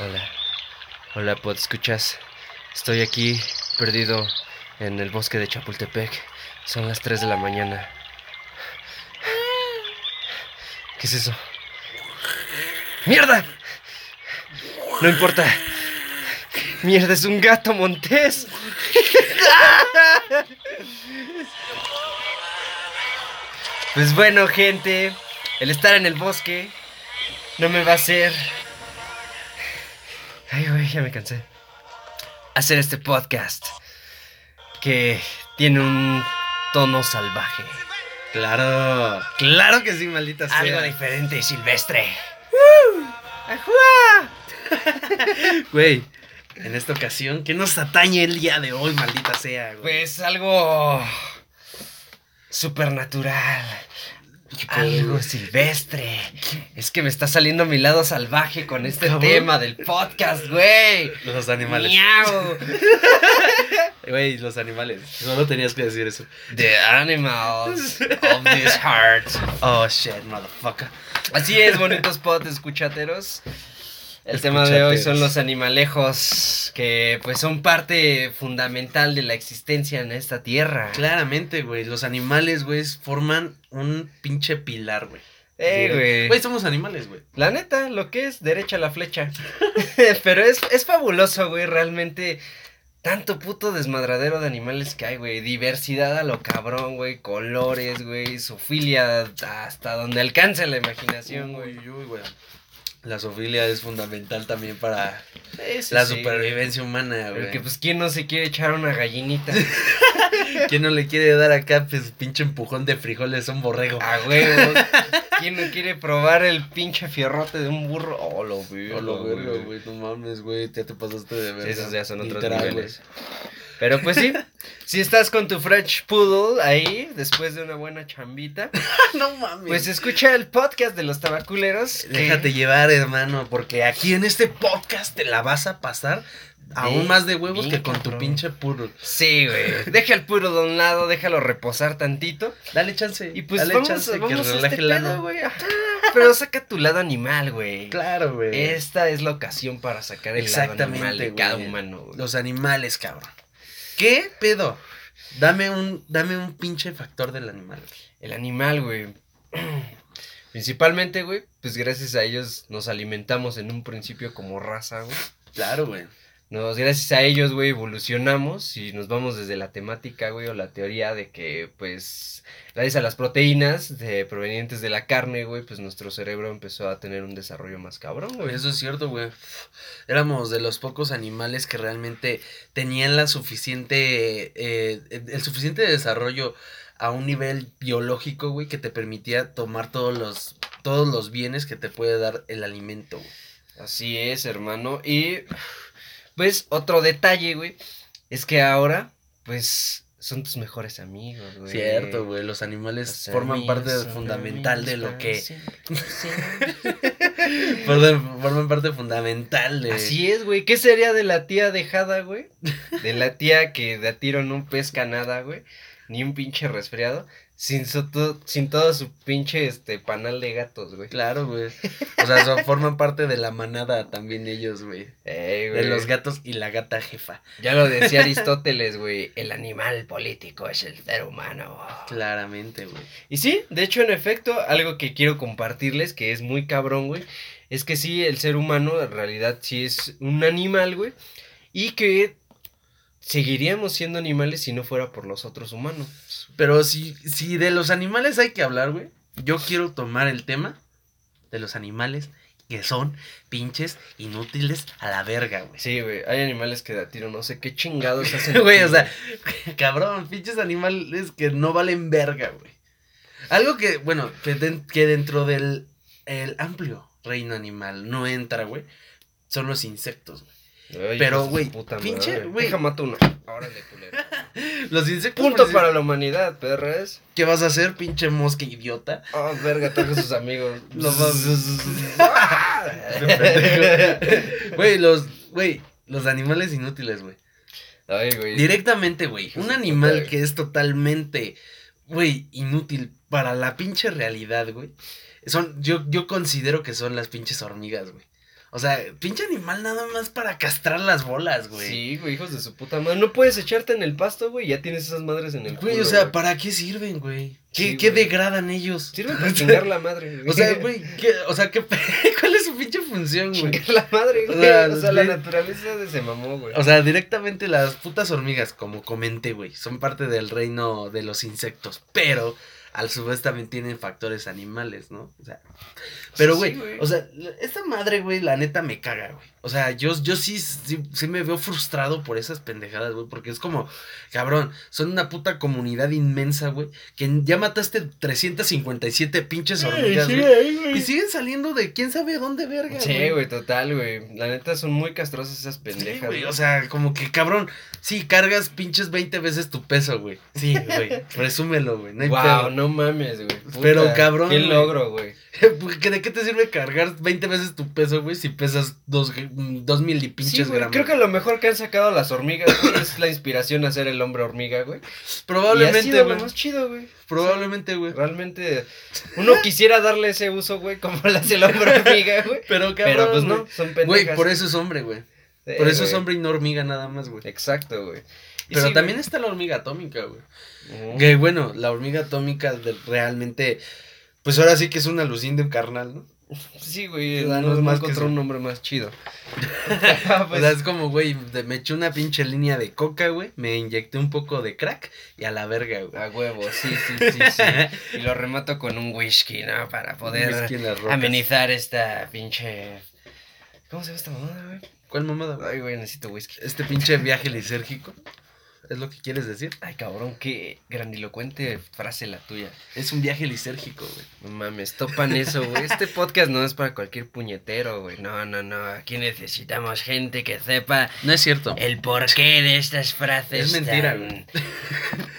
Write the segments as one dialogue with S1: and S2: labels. S1: Hola. Hola, ¿pod escuchas? Estoy aquí, perdido en el bosque de Chapultepec. Son las 3 de la mañana. ¿Qué es eso? ¡Mierda! No importa. ¡Mierda, es un gato montés! Pues bueno, gente, el estar en el bosque no me va a hacer. Ay, güey, ya me cansé. Hacer este podcast que tiene un tono salvaje.
S2: Claro, claro que sí, maldita sea.
S1: Algo diferente y silvestre.
S2: Güey, en esta ocasión, ¿qué nos atañe el día de hoy, maldita sea, güey?
S1: Pues algo. supernatural. Algo silvestre. Es que me está saliendo mi lado salvaje con este
S2: Cabrón.
S1: tema del podcast, güey.
S2: Los animales.
S1: Miau.
S2: Güey, los animales. Solo tenías que decir eso.
S1: The animals of this heart.
S2: Oh, shit, motherfucker.
S1: Así es, bonitos pod escuchateros. El tema de hoy son
S2: Escuchateros.
S1: los animalejos que pues son parte fundamental de la existencia en esta tierra.
S2: Claramente, güey, los animales, güey, forman un pinche pilar, güey.
S1: Eh, güey.
S2: Güey, somos animales, güey.
S1: La neta, lo que es derecha a la flecha. Pero es, es fabuloso, güey, realmente. Tanto puto desmadradero de animales que hay, güey. Diversidad a lo cabrón, güey. Colores, güey. Sofilia hasta donde alcanza la imaginación, güey.
S2: Uy, uy, güey. La sofilia es fundamental también para
S1: La
S2: la
S1: supervivencia.
S2: supervivencia humana, güey.
S1: Porque pues quién no se quiere echar una gallinita.
S2: pues, ¿Quién no le quiere dar acá, pues, pinche empujón de frijoles a un borrego?
S1: A huevos. ¿Quién no quiere probar el pinche fierrote de un burro? Oh, lo
S2: No
S1: veo,
S2: lo verga, güey, no mames, güey, ya te pasaste de verga.
S1: Sí, esos ya son otros
S2: Literal,
S1: niveles. Pero pues sí, si estás con tu French Poodle ahí, después de una buena chambita,
S2: güey. Ah, no mames.
S1: pues escucha el podcast de los tabaculeros. que-
S2: Déjate llevar, hermano, porque aquí en este podcast te la vas a pasar aún
S1: Sí,
S2: más de huevos
S1: bien,
S2: que con tu
S1: cabrón.
S2: pinche puro.
S1: Sí, güey. Deja el puro de un lado, déjalo reposar tantito.
S2: Dale chance.
S1: Y pues
S2: dale
S1: vamos,
S2: chance
S1: vamos a
S2: que
S1: este
S2: relaje el
S1: pedo,
S2: ano.
S1: güey. Ajá, Pero saca tu lado animal, güey.
S2: Claro, güey.
S1: Esta es la ocasión para sacar el lado
S2: Exactamente,
S1: animal de
S2: güey.
S1: cada humano, güey.
S2: Los animales, cabrón. ¿Qué pedo? Dame un, dame un pinche factor del animal. güey.
S1: El animal, güey. Principalmente, güey, pues gracias a ellos nos alimentamos en un principio como raza, güey.
S2: Claro, güey.
S1: Nos, gracias a ellos, güey, evolucionamos y nos vamos desde la temática, güey, o la teoría de que, pues, gracias a las proteínas de- provenientes de la carne, güey, pues nuestro cerebro empezó a tener un desarrollo más cabrón, güey.
S2: Eso es cierto, güey. Éramos de los pocos animales que realmente tenían la suficiente, eh, el suficiente desarrollo a un nivel biológico, güey, que te permitía tomar todos los, todos los bienes que te puede dar el alimento, güey.
S1: Así es, hermano. Y, pues, otro detalle, güey, es que ahora, pues, son tus mejores amigos, güey.
S2: Cierto, güey. Los animales
S1: Los
S2: forman
S1: amigos
S2: parte
S1: son
S2: fundamental de lo
S1: amigos
S2: que...
S1: para siempre.
S2: Forman, forman parte fundamental de...
S1: Así es, güey. ¿Qué sería de la tía dejada, güey? De la tía que de a tiro no pesca nada, güey. Ni un pinche resfriado. Sin, su- to- sin todo su pinche este, panal de gatos, güey.
S2: Claro, güey. O sea, son- forman parte de la manada también ellos, güey.
S1: Ey,
S2: De
S1: güey.
S2: los gatos y la gata jefa.
S1: Ya lo decía Aristóteles, güey. El animal político es el ser humano.
S2: Claramente, güey.
S1: Y sí, de hecho, en efecto, algo que quiero compartirles, que es muy cabrón, güey, es que sí, el ser humano en realidad sí es un animal, güey, y que seguiríamos siendo animales si no fuera por los otros humanos.
S2: Pero si, si de los animales hay que hablar, güey, yo quiero tomar el tema de los animales que son pinches inútiles a la verga, güey.
S1: Sí, güey, hay animales que da tiro, no sé qué chingados hacen.
S2: Güey,
S1: aquí,
S2: o sea, cabrón, pinches animales que no valen verga, güey. Algo que, bueno, que, den- que dentro del el amplio reino animal no entra, güey, son los insectos, güey.
S1: Ay,
S2: pero,
S1: hijos de
S2: güey,
S1: puta
S2: pinche,
S1: madre.
S2: güey.
S1: Deja mato una. Órale, culero.
S2: Los insectos. por
S1: Punto
S2: decir-
S1: para la humanidad, perras.
S2: ¿Qué vas a hacer, pinche mosca idiota?
S1: Oh, verga, trajo a sus amigos.
S2: Los
S1: Ay,
S2: Güey, los, güey, los animales inútiles, güey.
S1: güey.
S2: Directamente, güey.
S1: Pues,
S2: Un
S1: total,
S2: animal
S1: güey.
S2: que es totalmente, güey, inútil para la pinche realidad, güey. Son, yo, yo considero que son las pinches hormigas, güey. O sea, pinche animal nada más para castrar las bolas, güey.
S1: Sí, güey, hijos de su puta madre. No puedes echarte en el pasto, güey, ya tienes esas madres en el
S2: Güey,
S1: culo,
S2: o sea,
S1: güey.
S2: ¿para qué sirven, güey? ¿Qué,
S1: Sí,
S2: qué
S1: güey.
S2: degradan ellos?
S1: Sirve para chingar la madre,
S2: O sea, güey, ¿qué- o sea, ¿qué, pe- ¿cuál es su pinche función, güey?
S1: Chingar la madre,
S2: O
S1: güey. O
S2: sea,
S1: sea, la
S2: güey.
S1: naturaleza de- se mamó, güey.
S2: O sea, directamente las putas hormigas, como comenté, güey, son parte del reino de los insectos, pero al su vez también tienen factores animales, ¿no? O sea, pero,
S1: Sí,
S2: güey,
S1: güey.
S2: o sea, la- esta madre, güey, la neta me caga, güey. O sea, yo, yo sí, sí, sí me veo frustrado por esas pendejadas, güey, porque es como, cabrón, son una puta comunidad inmensa, güey, que ya mataste 357 pinches hormigas, güey. Y siguen saliendo de quién sabe dónde, verga.
S1: Sí, güey, total, güey. La neta son muy castrosas esas pendejas.
S2: Sí, güey,
S1: güey.
S2: o sea, como que cabrón, sí, cargas pinches 20 veces tu peso, güey. Sí, güey, presúmelo, güey, no hay
S1: Wow,
S2: pedo.
S1: no mames, güey. Puta,
S2: Pero, cabrón,
S1: Qué
S2: güey.
S1: logro, güey.
S2: Porque ¿De qué te sirve cargar 20 veces tu peso, güey, si pesas dos, g- mm, dos mil y
S1: Sí,
S2: pinches
S1: güey,
S2: gramos?
S1: creo que lo mejor que han sacado las hormigas güey, es la inspiración a ser el hombre hormiga, güey. Y ha
S2: Probablemente,
S1: sido lo
S2: güey,
S1: más chido, güey.
S2: probablemente, güey.
S1: Realmente, uno quisiera darle ese uso, güey, como le hace el hombre hormiga, güey.
S2: Pero, cabrón,
S1: Pero pues no,
S2: güey.
S1: son pendejas.
S2: Güey, por eso es hombre, güey.
S1: Sí,
S2: Por eso es
S1: güey.
S2: hombre y no hormiga nada más, güey.
S1: Exacto, güey. Y
S2: Pero
S1: sí,
S2: también
S1: güey. Oh.
S2: está la hormiga atómica, güey.
S1: Ujú.
S2: Que bueno, la hormiga atómica de- realmente, pues ahora sí que es una alucín de un carnal, ¿no?
S1: pues Sí, güey,
S2: No,
S1: no,
S2: no
S1: no
S2: más que
S1: encontró
S2: eso.
S1: un pues, nombre más chido.
S2: O sea, es como, güey, de- me eché una pinche línea de coca, güey, me inyecté un poco de crack y a la verga, güey.
S1: a huevo, sí, sí, sí, sí. Y lo remato con un whisky, ¿no? Para poder
S2: Whisky en las rocas.
S1: amenizar esta pinche... ¿Cómo se llama esta mamada, güey?
S2: ¿Cuál mamada, güey?
S1: Ay, güey, necesito whisky.
S2: Este pinche viaje lisérgico, ¿es lo que quieres decir?
S1: Ay, cabrón, qué grandilocuente frase la tuya.
S2: Es un viaje lisérgico, güey.
S1: No mames, topan eso, güey. Este podcast no es para cualquier puñetero, güey. No, no, no. Aquí necesitamos gente que sepa
S2: No es cierto.
S1: el porqué de estas frases.
S2: Es mentira, güey.
S1: tan,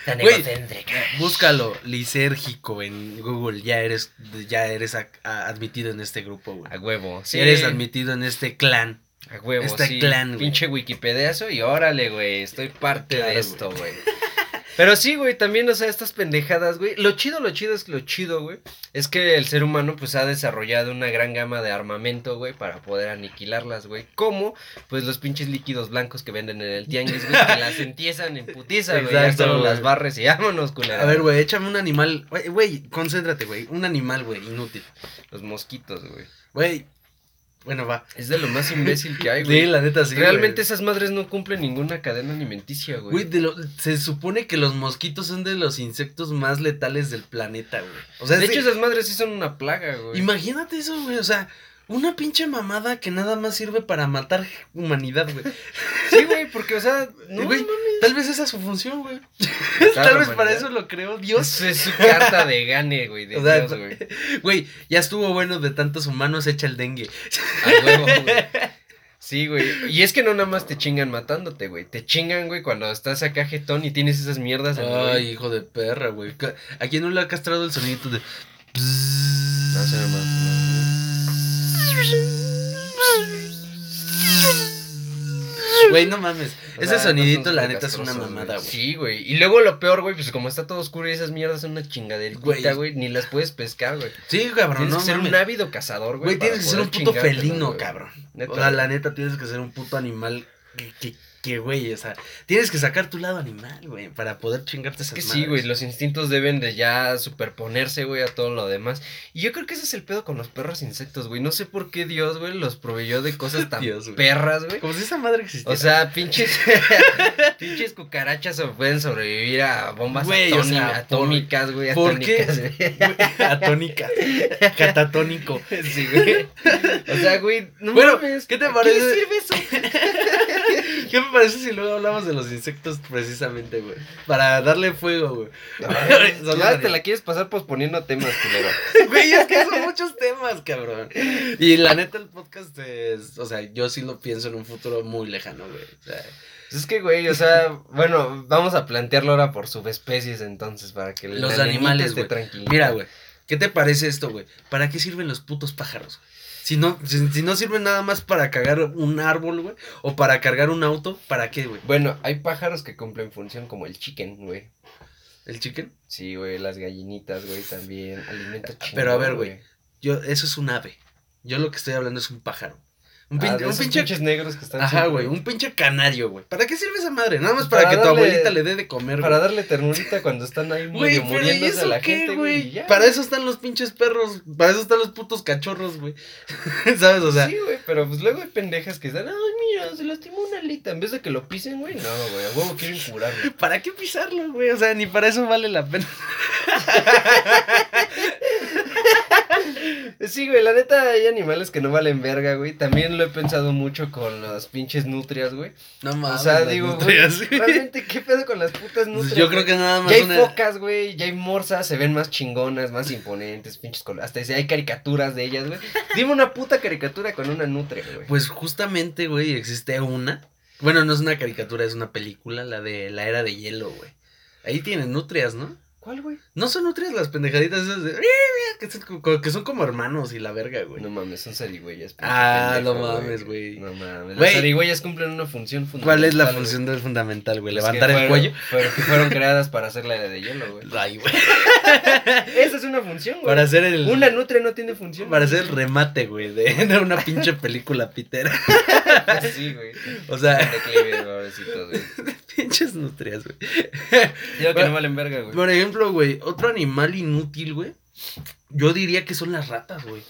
S1: tan
S2: Güey,
S1: egocéntricas.
S2: Búscalo, lisérgico en Google, ya eres, ya eres a- a- admitido en este grupo, güey.
S1: A huevo, sí.
S2: Eres admitido en este clan.
S1: A huevo,
S2: Este
S1: sí.
S2: clan, güey.
S1: Pinche Wikipediazo y órale, güey. Estoy parte
S2: Claro,
S1: de esto, güey. Pero sí, güey, también, o sea, estas pendejadas, güey. Lo chido, lo chido es que lo chido, güey. Es que el ser humano, pues, ha desarrollado una gran gama de armamento, güey, para poder aniquilarlas, güey. Como, pues, los pinches líquidos blancos que venden en el tianguis, güey, que las empiezan en putiza, güey. Ya
S2: Exacto,
S1: solo
S2: güey.
S1: las barres y vámonos, culera.
S2: A ver, güey, échame un animal. Güey, Güey, concéntrate, güey. Un animal, güey, inútil.
S1: Los mosquitos, güey.
S2: Güey, bueno, va.
S1: Es de lo más imbécil que hay,
S2: Sí,
S1: güey.
S2: la neta, sí.
S1: Realmente
S2: güey.
S1: esas madres no cumplen ninguna cadena alimenticia, güey.
S2: Güey, de lo- se supone que los mosquitos son de los insectos más letales del planeta, güey. O sea,
S1: de
S2: es
S1: hecho,
S2: de-
S1: esas madres sí son una plaga, güey.
S2: imagínate eso, güey. O sea, una pinche mamada que nada más sirve para matar humanidad, güey.
S1: Sí, güey, porque, o sea, no
S2: Güey,
S1: mames.
S2: Tal vez esa es su función, güey.
S1: Matar
S2: Tal vez
S1: humanidad.
S2: para eso lo creó Dios.
S1: Eso es su carta de gane, güey, de
S2: O sea,
S1: Dios, güey.
S2: Güey, ya estuvo bueno de tantos humanos, echa el dengue.
S1: A huevo, güey. Sí, güey. Y es que no nada más te chingan matándote, güey. Te chingan, güey, cuando estás acá jetón y tienes esas mierdas en
S2: Ay, hijo de perra, güey. Ca- ¿A quién no le ha castrado el sonidito de.?
S1: No sé, nomás,
S2: Güey, no mames.
S1: O
S2: Ese
S1: sea, Ah, no
S2: sonidito,
S1: son
S2: la
S1: súper
S2: neta, es una
S1: castrosos,
S2: mamada, güey.
S1: Sí, güey. Y luego lo peor, güey, pues como está todo oscuro y esas mierdas son una chingaderita,
S2: Güey.
S1: güey. Ni las puedes pescar, güey.
S2: Sí, cabrón,
S1: Tienes
S2: no
S1: que ser un
S2: mames.
S1: ávido cazador, güey.
S2: Güey, tienes que
S1: para
S2: ser un
S1: poder
S2: puto
S1: chingártelas,
S2: felino,
S1: güey.
S2: cabrón.
S1: Neta,
S2: o sea, la
S1: güey.
S2: neta, tienes que ser un puto animal que- que, que, güey, o sea, tienes que sacar tu lado animal, güey, para poder chingarte
S1: Es
S2: esas
S1: que sí,
S2: madres.
S1: güey, los instintos deben de ya superponerse, güey, a todo lo demás. Y yo creo que ese es el pedo con los perros insectos, güey. No sé por qué Dios, güey, los proveyó de cosas tan
S2: Dios, güey.
S1: perras, güey.
S2: Como si esa madre
S1: O
S2: existiera.
S1: sea, pinches, pinches cucarachas so- pueden sobrevivir a bombas
S2: Güey, o
S1: atóni-
S2: sea,
S1: atómicas, güey,
S2: ¿por qué?
S1: atónicas, güey.
S2: Güey, atónica, catatónico.
S1: Sí, güey. O sea, güey, no
S2: Bueno,
S1: mames,
S2: ¿qué te
S1: ¿a
S2: parece?
S1: le sirve eso?
S2: ¿Qué me parece si luego hablamos de los insectos precisamente, güey? Para darle fuego, güey. Solo
S1: Ya te
S2: daría.
S1: la quieres pasar posponiendo temas, culero.
S2: Güey, es que son muchos temas, cabrón. Y la neta, el podcast es. O sea, yo sí lo pienso en un futuro muy lejano, güey. O sea,
S1: Pues Es que, güey, o sea, bueno, vamos a plantearlo ahora por subespecies entonces, para que el
S2: Los
S1: naninito
S2: animales,
S1: esté
S2: güey.
S1: tranquilo.
S2: mira, güey. ¿Qué te parece esto, güey? ¿Para qué sirven los putos pájaros? güey? Si no, si, si no sirven nada más para cagar un árbol, güey. O para cargar un auto, ¿para qué, güey?
S1: Bueno, hay pájaros que cumplen función como el chicken, güey.
S2: ¿El chicken?
S1: Sí, güey, las gallinitas, güey, también. Alimento chingón,
S2: Pero a ver, güey. Yo, eso es un ave. Yo lo que estoy hablando es un pájaro. Un,
S1: Ah,
S2: pin-
S1: de
S2: un
S1: esos
S2: pinche.
S1: pinches negros que están.
S2: Ajá,
S1: siempre-
S2: güey, un pinche canario, güey. ¿Para qué sirve esa madre? Nada más para,
S1: Para
S2: que tu
S1: darle-
S2: abuelita le dé de comer,
S1: Para
S2: güey.
S1: darle ternurita cuando están ahí
S2: Güey,
S1: medio
S2: pero ¿y
S1: muriéndose a
S2: eso
S1: la
S2: qué,
S1: gente, güey. y
S2: güey?
S1: ya.
S2: Para eso están los pinches perros, para eso están los putos cachorros, güey. ¿Sabes? O sea,
S1: sí, güey, pero pues luego hay pendejas que están, ay, mira, se lastimó una alita. En vez de que lo pisen, güey, no, güey, a huevo quieren curarlo.
S2: ¿para qué pisarlo, güey? O sea, ni para eso vale la pena.
S1: Sí, güey, la neta hay animales que no valen verga, güey. También lo he pensado mucho con las pinches nutrias, güey.
S2: No mames.
S1: O sea,
S2: las
S1: digo, güey,
S2: nutrias. Pues
S1: realmente, ¿qué pedo con las putas nutrias?
S2: Yo creo
S1: güey?
S2: que nada más
S1: Ya hay
S2: una-
S1: focas, güey, ya hay morsas, se ven más chingonas, más imponentes, pinches colores. Hasta si hay caricaturas de ellas, güey. Dime una puta caricatura con una nutria, güey.
S2: Pues justamente, güey, existe una. Bueno, no es una caricatura, es una película, la de la era de hielo, güey. Ahí tienen nutrias, ¿no?
S1: ¿Cuál, güey?
S2: No son nutrias las pendejaditas esas de... Que son co- que son como hermanos y la verga, güey.
S1: No mames, son zarigüeyas. pinche
S2: Ah,
S1: pendejo,
S2: no mames, güey.
S1: No mames. Las
S2: Güey.
S1: zarigüeyas cumplen una función fundamental.
S2: ¿Cuál es la
S1: güey.
S2: función del fundamental, güey?
S1: Pues
S2: ¿Levantar
S1: que
S2: el
S1: fueron-
S2: cuello?
S1: Pero que fueron creadas para hacer la de hielo, güey.
S2: Ay, güey.
S1: Esa es una función, güey.
S2: Para hacer el...
S1: Una nutria no tiene función.
S2: Para hacer el remate, güey, de, de una pinche película pitera.
S1: Sí, güey.
S2: O sea,
S1: Declive, pobrecitos, güey.
S2: pinches nutrias, güey.
S1: Digo que
S2: Bueno,
S1: no valen verga, güey.
S2: Por ejemplo, güey, otro animal inútil, güey. Yo diría que son las ratas, güey.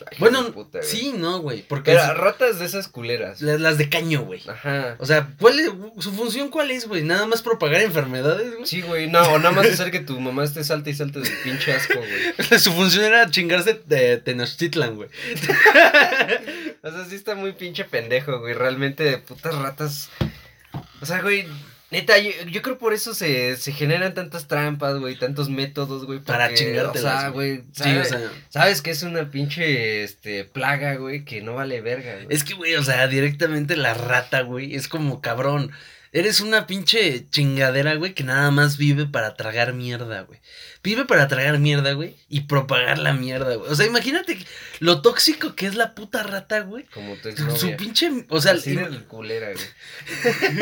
S1: Ay, hijo de
S2: Bueno,
S1: puta, güey.
S2: sí, no, güey. Porque
S1: Pero
S2: es-
S1: ratas de esas culeras.
S2: las, las de caño, güey.
S1: Ajá.
S2: O sea, ¿cuál es, su función cuál es, güey? Nada más propagar enfermedades, güey.
S1: Sí, güey. No, o nada más hacer que tu mamá esté salta y salte del pinche asco, güey.
S2: Su función era chingarse de Tenochtitlan, güey.
S1: O sea, sí está muy pinche pendejo, güey. Realmente, de putas ratas. O sea, güey. Neta, yo, yo creo por eso se, se generan tantas trampas, güey, tantos métodos, güey.
S2: Para
S1: porque,
S2: chingártelas,
S1: O sea, güey.
S2: Sí, o
S1: ¿sabes?
S2: sea,
S1: Sabes que es una pinche este, plaga, güey, que no vale verga, güey.
S2: es que, güey, o sea, directamente la rata, güey, es como cabrón. Eres una pinche chingadera, güey, que nada más vive para tragar mierda, güey. Vive para tragar mierda, güey, y propagar la mierda, güey. O sea, imagínate lo tóxico que es la puta rata, güey.
S1: Como tu
S2: Su, su
S1: exnovia.
S2: pinche, o sea,
S1: Así
S2: im-
S1: de culera, güey.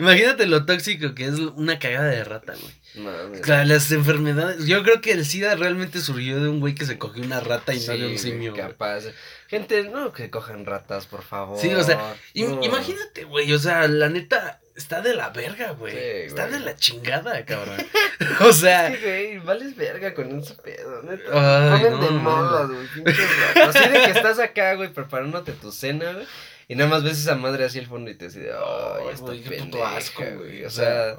S2: Imagínate lo tóxico que es una cagada de rata, güey.
S1: Mames.
S2: Claro, las enfermedades. Yo creo que el SIDA realmente surgió de un güey que se cogió una rata y no de un
S1: Sí,
S2: simio. güey.
S1: Capaz. Gente, no que cojan ratas, por favor.
S2: Sí, o sea, Im-
S1: No.
S2: Imagínate, güey. O sea, la neta está de la verga, güey.
S1: Sí,
S2: está
S1: güey.
S2: de la chingada, cabrón. o sea,
S1: Es que, güey, vales verga con ese pedo, neta.
S2: ay,
S1: Comen
S2: no,
S1: de
S2: no,
S1: modas,
S2: no.
S1: güey, pinches ratas. Así de que estás acá, güey, preparándote tu cena, güey. Y nada más ves esa madre así al fondo y te dices, ay,
S2: Ay,
S1: esta
S2: güey, qué puto
S1: pendeja,
S2: asco, güey.
S1: O sea, ah.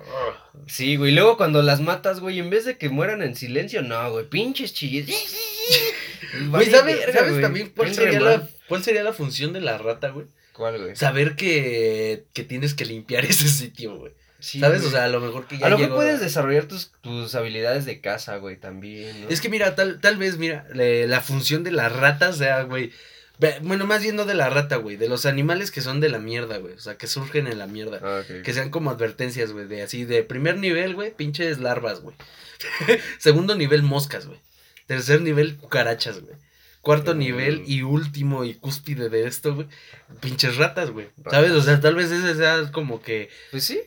S2: ugh.
S1: Sí, güey. Luego cuando las matas, güey, en vez de que mueran en silencio, no, güey, pinches chilles.
S2: Güey,
S1: Vale
S2: ¿sabes,
S1: verga,
S2: sabes
S1: güey.
S2: también cuál
S1: Bien
S2: sería,
S1: remar-
S2: la, cuál sería la función de la rata, güey?
S1: ¿Cuál, güey?
S2: Saber que, que tienes que limpiar ese sitio, güey.
S1: Sí,
S2: ¿Sabes?
S1: güey.
S2: O sea, a lo mejor que ya
S1: a lo mejor
S2: llegó-
S1: puedes desarrollar tus, tus habilidades de casa, güey, también, ¿no?
S2: Es que mira, tal, tal vez, mira, le- la función de la rata sea, güey. ve- Bueno, más bien no de la rata, güey. De los animales que son de la mierda, güey. O sea, que surgen en la mierda.
S1: Ah, ok.
S2: Que sean como advertencias, güey. De así, de primer nivel, güey, pinches larvas, güey. Segundo nivel, moscas, güey. Tercer nivel, cucarachas, güey. Cuarto
S1: Mm.
S2: nivel y último y cúspide de esto, güey. Pinches ratas, güey. ¿Sabes? O sea, tal vez esa sea como que.
S1: Pues sí.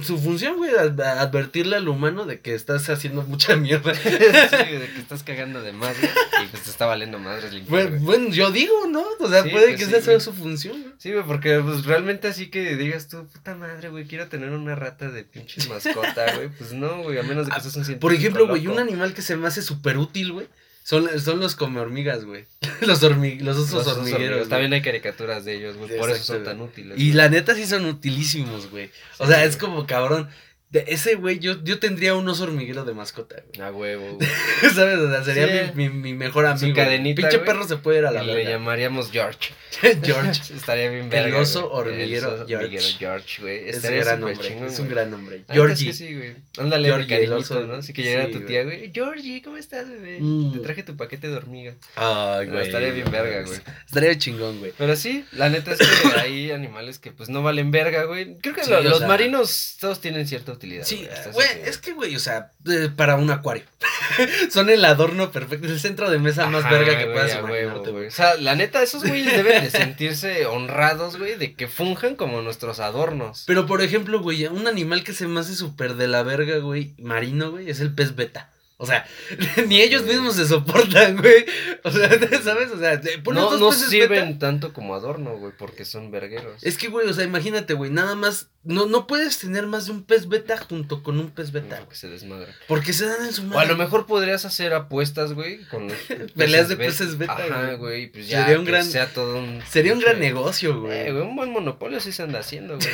S2: Su función, güey, ad- advertirle al humano de que estás haciendo mucha mierda.
S1: sí, de que estás cagando de más, güey, y pues te está valiendo madres limpiar,
S2: Bueno,
S1: güey.
S2: bueno, yo digo, ¿no? O sea,
S1: Sí,
S2: puede
S1: pues
S2: que
S1: sí,
S2: esa sea
S1: güey.
S2: su función. güey.
S1: Sí, güey, porque pues realmente así que digas tú, puta madre, güey, quiero tener una rata de pinche mascota, güey. Pues no, güey, a menos de que
S2: Ah,
S1: seas un científico
S2: Por ejemplo, güey,
S1: loco.
S2: un animal que se me hace súper útil, güey, son, la- son los come hormigas, güey. Los, hormi- los osos
S1: Los osos
S2: hormigueros. güey.
S1: También hay caricaturas de ellos, güey. Por eso son
S2: Exacto,
S1: tan útiles.
S2: Y
S1: güey.
S2: la neta sí son utilísimos, güey. O
S1: Sí,
S2: sea, es
S1: güey.
S2: como cabrón. De ese güey, yo, yo tendría un oso hormiguero de mascota, güey.
S1: A huevo, güey.
S2: ¿Sabes? O sea, sería
S1: Sí.
S2: mi, mi- mi mejor amigo. güey.
S1: cadenita,
S2: Pinche
S1: güey.
S2: perro se puede ir a la
S1: Y le
S2: verga.
S1: llamaríamos George.
S2: George.
S1: Estaría bien
S2: El
S1: verga. güey.
S2: oso hormiguero
S1: oso
S2: George.
S1: hormiguero George, güey.
S2: Es un
S1: Estaría
S2: gran
S1: súper
S2: hombre.
S1: chingón,
S2: es un
S1: güey.
S2: gran nombre.
S1: La neta es
S2: Georgie.
S1: que sí, güey. Ándale, de
S2: Georgie, el
S1: cariñito,
S2: oso.
S1: ¿no? Así que llegara
S2: Sí,
S1: tu
S2: güey.
S1: tía, güey. Georgie, ¿cómo estás, bebé?
S2: Mm.
S1: Te traje tu paquete de hormigas.
S2: Ay,
S1: No,
S2: güey.
S1: estaría bien verga, güey.
S2: Estaría chingón, güey.
S1: Pero sí, la neta es que hay animales que pues no valen verga, güey. Creo que
S2: Sí,
S1: lo-
S2: o
S1: los
S2: sea-
S1: marinos todos tienen cierta utilidad.
S2: Sí,
S1: Hasta eso
S2: güey,
S1: sí.
S2: es que, güey, o sea, eh, para un acuario. Son el adorno perfecto, el centro de mesa más
S1: Ajá,
S2: verga que
S1: güey,
S2: puedas
S1: a huevo,
S2: imaginarte,
S1: güey.
S2: güey.
S1: O sea, la neta, esos güeyes deben de sentirse honrados, güey, de que funjan como nuestros adornos.
S2: Pero, por ejemplo, güey, un animal que se me hace súper de la verga, güey, marino, güey, es el pez beta. O sea, ni ellos mismos se soportan, güey. O sea, ¿sabes? O sea, te pones
S1: No,
S2: dos
S1: no
S2: peces
S1: sirven
S2: beta.
S1: tanto como adorno, güey, porque son vergueros.
S2: Es que, güey, o sea, imagínate, güey, nada más. No, no puedes tener más de un pez beta junto con un pez beta,
S1: No,
S2: güey.
S1: que se desmadra.
S2: Porque se dan en su
S1: O a
S2: madre.
S1: lo mejor podrías hacer apuestas, güey, con los
S2: Peleas de
S1: bet-
S2: peces beta,
S1: Ajá,
S2: güey.
S1: güey, pues ya
S2: Sería un
S1: que
S2: gran-
S1: sea todo un
S2: Sería un gran
S1: pinche-
S2: negocio, güey.
S1: Eh, güey, un buen monopolio sí se anda haciendo, güey.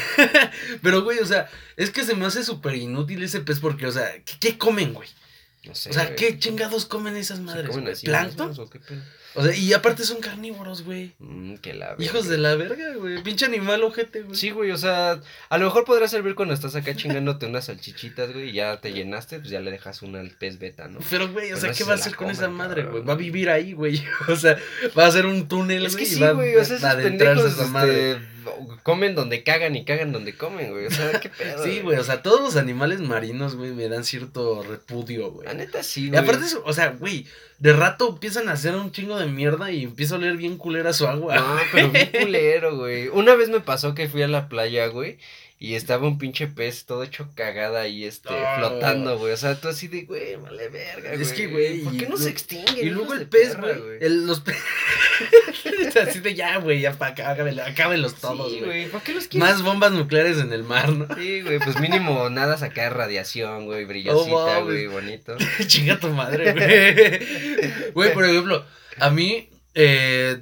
S2: Pero, güey, o sea, es que se me hace súper inútil ese pez porque, o sea, ¿qué, qué comen, güey?
S1: No sé.
S2: O sea,
S1: güey.
S2: ¿qué chingados comen esas
S1: ¿Se
S2: madres?
S1: comen
S2: güey?
S1: así
S2: ¿Plancton?
S1: mismos o qué pedo?
S2: O sea, y aparte son carnívoros, güey.
S1: Mm, que la
S2: Hijos
S1: verga.
S2: de la verga, güey. Pinche animal ojete, güey.
S1: Sí, güey, o sea, a lo mejor podrá servir cuando estás acá chingándote unas salchichitas, güey, y ya te llenaste, pues ya le dejas una al pez beta, ¿no?
S2: Pero, güey, o
S1: Pero
S2: sea,
S1: no
S2: ¿qué
S1: se
S2: va a
S1: la
S2: hacer con
S1: comen,
S2: esa madre,
S1: cabrón.
S2: güey? Va a vivir ahí, güey. O sea, va a ser un túnel,
S1: Es que
S2: y
S1: sí,
S2: va a-
S1: güey, o sea,
S2: va a
S1: esos
S2: adentrarse
S1: pendejos
S2: a esa
S1: este,
S2: madre.
S1: comen donde cagan y cagan donde comen, güey, o sea, qué pedo.
S2: Sí, güey, o sea, todos los animales marinos, güey, me dan cierto repudio, güey.
S1: La neta sí,
S2: Y
S1: güey.
S2: aparte, o sea, güey, de rato empiezan a hacer un chingo de mierda y empieza a oler bien culera su agua.
S1: No, pero bien culero, güey. Una vez me pasó que fui a la playa, güey, y estaba un pinche pez todo hecho cagada ahí, este,
S2: No.
S1: flotando, güey. O sea, tú así de, güey, vale verga, güey.
S2: Es que, güey,
S1: ¿Por
S2: y
S1: qué no
S2: lu-
S1: se extingue?
S2: Y luego el pez, güey. el- Los pe- Así de ya, güey, ya para acá, acábenlo- acábenlos todos,
S1: Sí,
S2: güey.
S1: güey, ¿por qué los quieres?
S2: Más bombas nucleares en el mar, ¿no?
S1: Sí, güey, pues mínimo nada sacar radiación, güey, brillosita,
S2: Oh, mames.
S1: güey, bonito.
S2: Chinga tu madre, güey. Güey, por ejemplo, a mí, eh,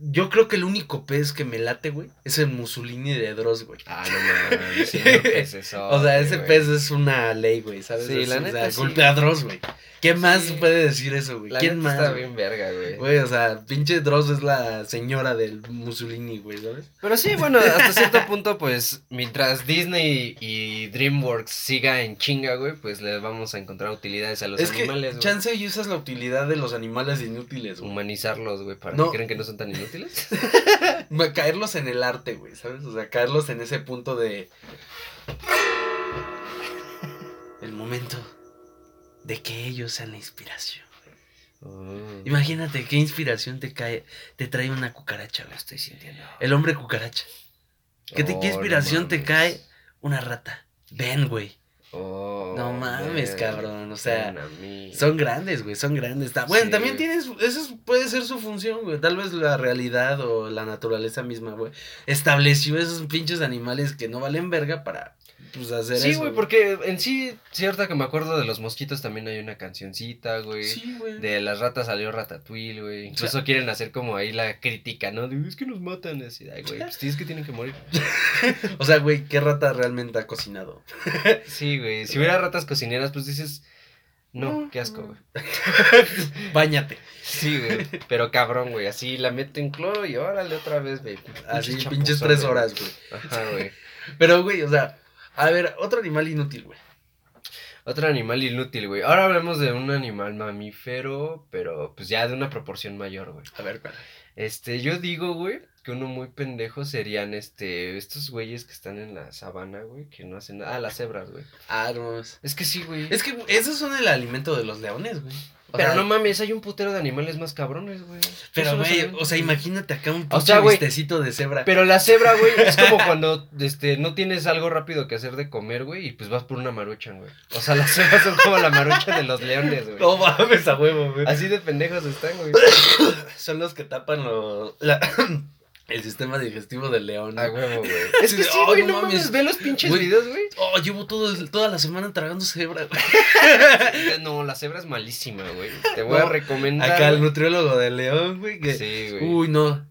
S2: yo creo que el único pez que me late, güey, es el Mussolini de Dross, güey.
S1: Ah, no mames, sí, no, pez eso.
S2: O sea, ese
S1: güey.
S2: pez es una ley, güey, ¿sabes?
S1: Sí,
S2: Es-
S1: la
S2: o sea,
S1: neta, sí.
S2: golpea a Dross, güey. ¿Qué más
S1: Sí.
S2: puede decir eso, güey?
S1: La
S2: ¿Quién
S1: neta
S2: más?
S1: Está
S2: güey?
S1: bien verga, güey.
S2: Güey, o sea, pinche Dross es la señora del Mussolini, güey, ¿sabes?
S1: Pero sí, bueno, hasta cierto punto, pues, mientras Disney y DreamWorks siga en chinga, güey, pues les vamos a encontrar utilidades a los
S2: es
S1: animales,
S2: que
S1: güey. Mm.
S2: chance y usas la utilidad de los animales inútiles, güey.
S1: Humanizarlos, güey, para
S2: No.
S1: que crean que no son tan inútiles.
S2: Ma- Caerlos en el arte, güey, ¿sabes? O sea, caerlos en ese punto de... El momento de que ellos sean la inspiración.
S1: Oh,
S2: Imagínate qué inspiración te cae, te trae una cucaracha,
S1: lo
S2: güey.
S1: estoy sintiendo.
S2: El hombre cucaracha. ¿Qué, te-
S1: Oh,
S2: qué
S1: no
S2: inspiración te
S1: mames.
S2: cae una rata? Ven, güey.
S1: Oh,
S2: No mames,
S1: ven,
S2: cabrón, o sea,
S1: ven a mí.
S2: Son grandes, güey, son grandes. Está- Bueno,
S1: Sí,
S2: también
S1: güey.
S2: tienes, esa es- puede ser su función, güey. Tal vez la realidad o la naturaleza misma, güey, estableció esos pinches animales que no valen verga para, pues, hacer
S1: Sí,
S2: eso.
S1: güey, porque en sí, cierta que me acuerdo de los mosquitos también hay una cancioncita, güey.
S2: Sí, güey.
S1: De las ratas salió Ratatouille, güey. Incluso quieren hacer como ahí la crítica, ¿no? De, es que nos matan. y Así, ay, güey, pues sí, es que tienen que morir.
S2: O sea, güey, ¿qué rata realmente ha cocinado?
S1: Sí, güey. Si hubiera ratas cocineras, pues dices, no, qué asco, güey.
S2: Báñate.
S1: Sí, güey. Pero cabrón, güey. Así la meto en cloro y órale otra vez, güey. Pinche
S2: Así,
S1: chapuzón,
S2: pinches tres
S1: güey.
S2: horas, güey.
S1: Ajá, güey.
S2: Pero, güey, o sea, a ver, otro animal inútil, güey.
S1: Otro animal inútil, güey. Ahora hablamos de un animal mamífero, pero pues ya de una proporción mayor, güey.
S2: A ver, ¿cuál?
S1: Este, yo digo, güey, que uno muy pendejo serían, este, estos güeyes que están en la sabana, güey, que no hacen nada. Ah, las cebras, güey.
S2: Ah, no. Es
S1: Es que sí, güey.
S2: es que güey, esos son el alimento de los leones, güey. O
S1: Pero
S2: sea,
S1: no mames, hay un putero de animales más cabrones, güey.
S2: Pero,
S1: Eso no
S2: güey,
S1: sabía.
S2: o sea, imagínate acá un
S1: O
S2: pinche
S1: sea, güey,
S2: vistecito de cebra.
S1: Pero la cebra, güey, es como cuando este, no tienes algo rápido que hacer de comer, güey, y pues vas por una maruchan, güey. O sea, las cebras son como la marucha de los leones, güey.
S2: No mames a huevo, güey.
S1: Así de pendejos están, güey.
S2: Son los que tapan lo- la- el sistema digestivo del león.
S1: A huevo, güey.
S2: Es que sí, güey, no mames.
S1: ve los pinches
S2: Güey.
S1: videos, güey.
S2: Oh, llevo todo, el- toda la semana tragando cebra, güey.
S1: No, la cebra es malísima, güey. Te voy a
S2: No,
S1: recomendar.
S2: Acá el
S1: güey.
S2: nutriólogo del león, güey. Que,
S1: Sí, güey.
S2: uy, no.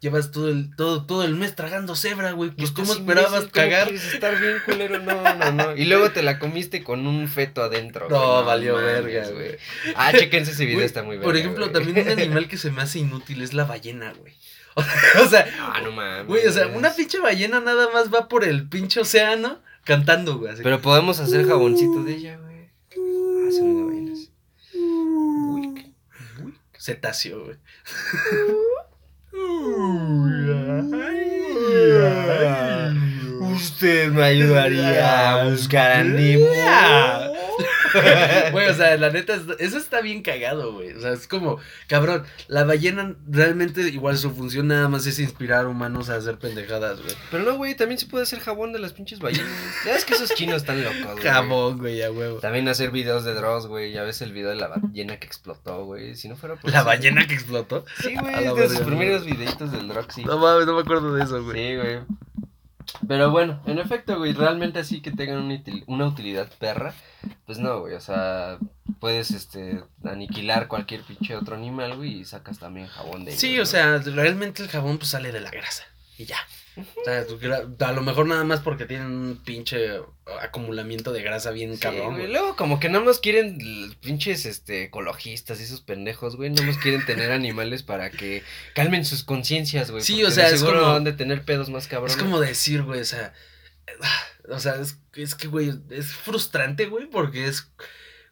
S2: Llevas todo el, todo, todo el mes tragando cebra, güey. Pues,
S1: Estás
S2: ¿cómo
S1: sin
S2: esperabas
S1: meses, ¿cómo
S2: cagar?
S1: quieres estar bien culero, no, no, no. Y luego te la comiste con un feto adentro.
S2: No,
S1: güey.
S2: valió
S1: mames,
S2: verga, güey.
S1: Ah, chequense ese video,
S2: Güey,
S1: está muy verga.
S2: Por ejemplo,
S1: güey.
S2: también un animal que se me hace inútil es la ballena, güey. O sea,
S1: Ah, no mames.
S2: Güey, o sea, una pinche ballena nada más va por el pinche océano cantando, güey. Así.
S1: Pero podemos hacer jaboncito de ella, güey. Ah, sonido de vainas. Buic.
S2: Cetáceo, güey.
S1: Ah, Usted me ayudaría a buscar a Nemo.
S2: Güey, o sea, la neta, es- eso está bien cagado, güey. O sea, es como, cabrón, la ballena realmente igual su función nada más es inspirar humanos a hacer pendejadas, güey.
S1: Pero no, güey, también se puede hacer jabón de las pinches ballenas. Ya es que esos chinos están locos, güey.
S2: Jabón, güey, a huevo.
S1: También hacer videos de Dross, güey. Ya ves el video de la ballena que explotó, güey. Si no fuera por
S2: La
S1: eso-
S2: ballena que explotó.
S1: Sí,
S2: A
S1: güey,
S2: la
S1: es de sus
S2: verga,
S1: primeros videitos del Dross, sí.
S2: No mames, no me acuerdo de eso, güey.
S1: Sí, güey. Pero bueno, en efecto, güey, realmente así que tengan una, util- una utilidad perra, pues no, güey, o sea, puedes este aniquilar cualquier pinche otro animal, güey, y sacas también jabón de
S2: Sí,
S1: ellos,
S2: o
S1: ¿no?
S2: sea, realmente el jabón pues sale de la grasa y ya. O sea, tu gra- a lo mejor nada más porque tienen un pinche acumulamiento de grasa bien
S1: Sí,
S2: cabrón,
S1: güey,
S2: güey.
S1: Luego, como que no nos quieren l- pinches este, ecologistas y esos pendejos, güey. No nos quieren tener animales para que calmen sus conciencias, güey.
S2: Sí,
S1: porque
S2: o sea,
S1: de
S2: es
S1: seguro
S2: como-
S1: han de tener pedos más cabrones.
S2: Es como decir, güey, o sea, ah, o sea, es, es que, güey, es frustrante, güey, porque es,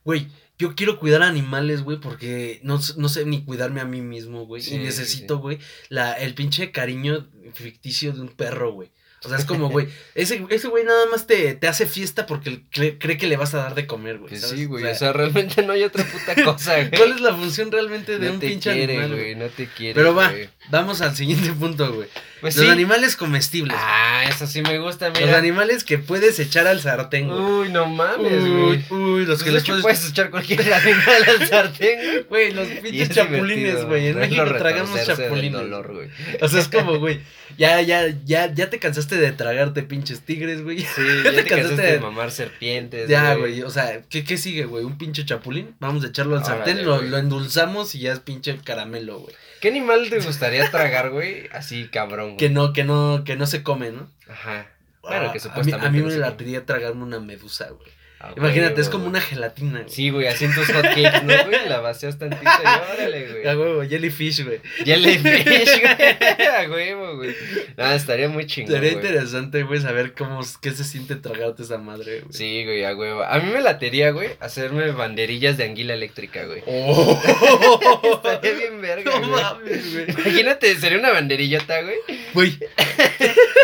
S2: güey, yo quiero cuidar animales, güey, porque no, s- no sé ni cuidarme a mí mismo, güey,
S1: Sí, sí,
S2: y necesito, güey, la, el pinche cariño ficticio de un perro, güey. O sea, es como, güey, ese ese güey nada más te, te hace fiesta porque cree, cree que le vas a dar de comer, güey.
S1: Pues
S2: ¿sabes?
S1: sí, güey.
S2: O sea,
S1: O sea, realmente no hay otra puta cosa, güey.
S2: ¿Cuál es la función realmente de
S1: no
S2: un
S1: te
S2: pinche
S1: quiere,
S2: animal?
S1: güey.
S2: güey?
S1: No te quiere.
S2: Pero va.
S1: güey.
S2: Vamos al siguiente punto, güey.
S1: Pues
S2: Los
S1: sí.
S2: animales comestibles.
S1: Ah, eso sí me gusta, mira.
S2: Los animales que puedes echar al sartén, güey.
S1: Uy, no mames, güey.
S2: Uy, uy,
S1: Pues
S2: los que
S1: de
S2: les
S1: hecho,
S2: puedes...
S1: puedes echar cualquier animal al sartén, güey.
S2: Güey, los
S1: Y
S2: pinches
S1: es
S2: chapulines,
S1: divertido,
S2: güey. En
S1: verlo
S2: México tragamos
S1: retorcerse del
S2: chapulines.
S1: dolor, güey.
S2: O sea, es como, güey, ya, ya, ya, ya te cansaste de tragarte pinches tigres, güey.
S1: Sí, ya te cansaste de
S2: de-
S1: mamar serpientes,
S2: Ya, güey, o sea, ¿qué, qué sigue, güey? ¿Un pinche chapulín? Vamos a echarlo al
S1: Órale,
S2: sartén, lo,
S1: güey.
S2: lo endulzamos y ya es pinche caramelo, güey.
S1: ¿Qué animal te gustaría tragar, güey? Así, cabrón.
S2: Que
S1: güey.
S2: no, que no, que no se come, ¿no?
S1: Ajá. Claro, que
S2: Ah,
S1: supuestamente
S2: A mí, a mí
S1: no
S2: me
S1: se come.
S2: latiría tragarme una medusa, güey.
S1: Ah,
S2: Imagínate,
S1: güey,
S2: es como
S1: güey.
S2: una gelatina, güey.
S1: Sí, güey, así en tus hotcakes, ¿no, güey? La vacias tantito y órale,
S2: Ah,
S1: güey.
S2: güey, jellyfish, güey.
S1: Jellyfish, güey. A huevo, güey. Nada, estaría muy chingón,
S2: Sería
S1: güey.
S2: interesante, güey, saber cómo, qué se siente tragarte esa madre, güey.
S1: Sí, güey, a huevo. A mí me latería, güey, hacerme banderillas de anguila eléctrica, güey.
S2: Oh.
S1: Estaría bien verga,
S2: no
S1: güey.
S2: mames, güey.
S1: Imagínate, sería una banderillota, güey.
S2: Güey,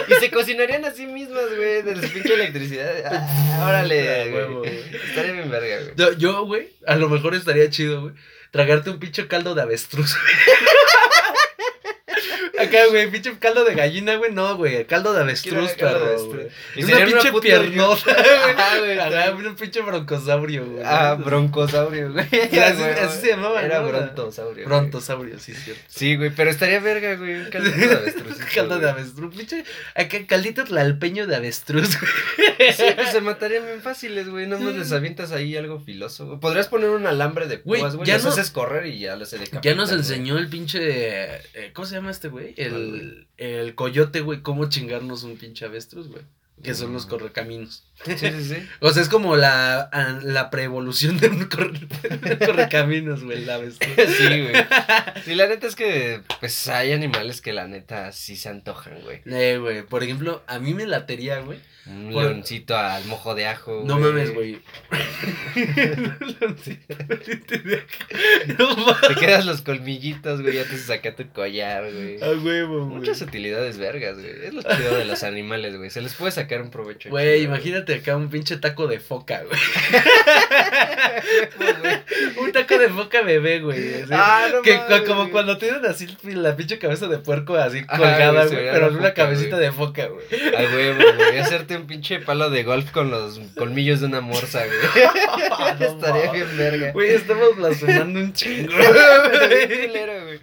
S1: Y se cocinarían a sí mismas, güey, de la pinche electricidad. Ah,
S2: Ah,
S1: órale,
S2: huevo,
S1: güey.
S2: güey.
S1: Estaría bien verga, güey.
S2: Yo- Yo, güey, a lo mejor estaría chido, güey. Tragarte un pinche caldo de avestruz, güey. Acá, güey, pinche caldo de gallina, güey. No, güey, caldo de avestruz,
S1: Quiero dejarlo
S2: perro,
S1: de
S2: güey.
S1: este. Y
S2: Es
S1: sería
S2: una pinche
S1: puta-
S2: piernota,
S1: Ajá,
S2: güey.
S1: güey.
S2: Acá,
S1: está-
S2: un pinche broncosaurio, güey.
S1: Ah, broncosaurio, güey.
S2: así-
S1: Güey,
S2: así se llamaba,
S1: Era
S2: ¿no?
S1: brontosaurio. güey.
S2: Brontosaurio, sí, es cierto.
S1: Sí, güey, pero estaría verga, güey. Un caldo de avestruz.
S2: caldo de avestruz, pinche. Acá, caldito tlalpeño de avestruz, güey.
S1: Sí, pues se matarían bien fáciles, güey. Nomás les avientas ahí algo filoso. güey. Podrías poner un alambre de
S2: Güey,
S1: púas, güey.
S2: ya
S1: Los
S2: no-
S1: haces correr y ya los se decapitan.
S2: Ya nos
S1: güey.
S2: enseñó el pinche. eh, ¿Cómo se llama este güey?
S1: ¿Cuál,
S2: El, el coyote, güey. Cómo chingarnos un pinche avestruz, güey. Que son los
S1: Mm.
S2: correcaminos.
S1: Sí, sí, sí.
S2: O sea, es como la, a- la preevolución de un corre- del correcaminos, güey, el avestruz.
S1: Sí, güey. Sí, la neta es que, pues, hay animales que la neta sí se antojan, güey.
S2: Eh, güey. Por ejemplo, a mí me latería, güey.
S1: Un
S2: Por-
S1: leoncito al mojo de ajo.
S2: No mames, güey. no mames.
S1: Te quedas los colmillitos, güey. Ya te saca tu collar, güey.
S2: A huevo, Ah, güey.
S1: Muchas utilidades vergas, güey. Es lo chido de los animales, güey. Se les puede sacar un provecho.
S2: Güey,
S1: chido,
S2: imagínate acá un pinche taco de foca, güey.
S1: güey.
S2: Un taco de foca bebé, güey. así.
S1: Ah, no
S2: Que cu-
S1: mames,
S2: como
S1: güey.
S2: cuando tienen así la pinche cabeza de puerco así
S1: Ajá,
S2: colgada,
S1: güey, se
S2: güey,
S1: veía
S2: pero
S1: la
S2: en una
S1: foca,
S2: cabecita
S1: güey.
S2: de foca, güey.
S1: A huevo, güey. Hacerte un pinche palo de golf con los colmillos de una morsa, güey.
S2: Ah, no
S1: Estaría
S2: mames.
S1: bien verga.
S2: Güey, estamos blasfemando un chingo.
S1: Estaría bien
S2: güey.
S1: culero, güey.